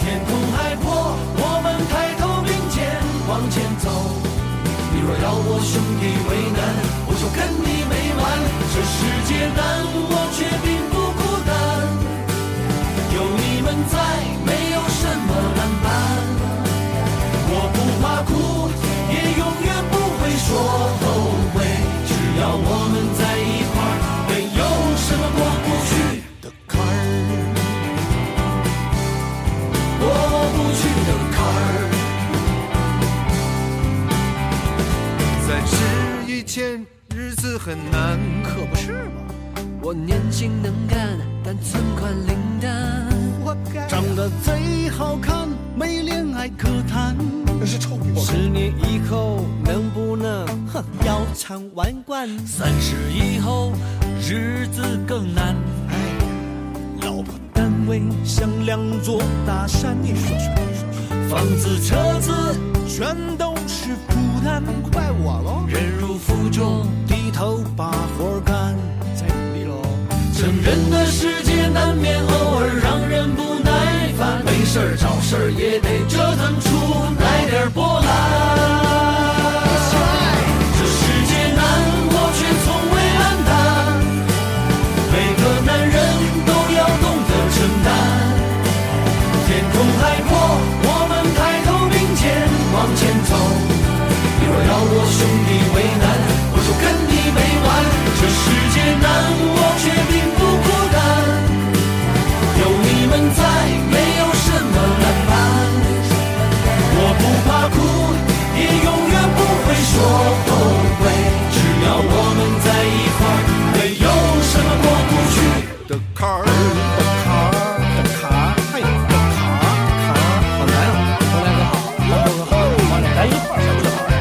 天空海阔，我们抬头并肩往前走。你若要我兄弟为难，我就跟你没完。这世界难，我却并不孤单。有你们在，没有什么难办。我不怕苦，也永远不会说后悔。只要我们在一块儿，没有什么过不去的坎儿。过不去的坎儿。在这以前，日子很难，可不是嘛。我年轻能干，但存款零蛋。活该。长得贼好看，没恋爱可谈。那是臭屁。十年以后能不能哼腰缠万贯？三十以后日子更难。哎。老婆单位像两座大山，你说说，房子车子全都是负担，怪我喽。忍辱负重，低头把活儿干，再努力喽。成人的世界难免偶尔让人不耐烦，没事儿找事儿也得折腾出来点儿波澜。这世界难，我却从未黯淡。每个男人都要懂得承担。天空海阔，我们抬头并肩往前走。你若要我兄弟为难，我就跟你没完。这世界难，我却并不孤单。有你们在，没有什么难办。我不怕苦，也永远不会说后悔。只要我们在一块儿，没有什么过不去的坎儿。的坎儿，的坎儿，嘿，的坎儿，坎儿，好来啊！回来哥好，黄哥哥好，好来，咱一块儿上这坎儿。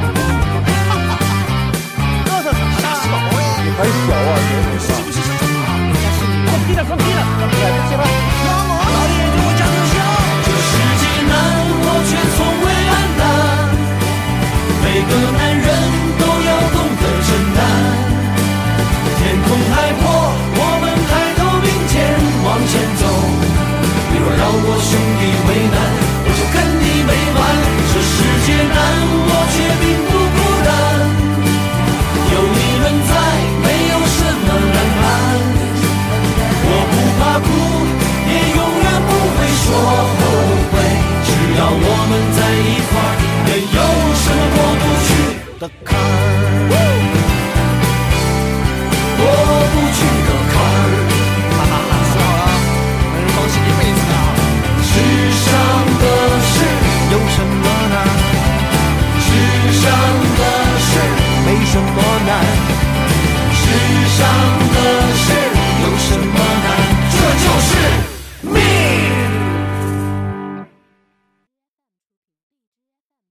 还小啊，是不是上场啊？放屁了，放屁了，放屁了，这吧。老铁给我加油！这世界难，我却从未黯淡。每个男人都要懂得承担。天空海阔，我们抬头并肩往前走。你若要我兄弟为难，我就跟你没完。这世界难，我却并不孤单。有你们在，没有什么难办。我不怕苦，也永远不会说后悔。只要我们在一块儿，没有什么过不去的坎儿。过不去的坎儿，哈哈哈！笑啊，能高兴一辈子啊！世上的事有什么难？世上的事没什么难。世上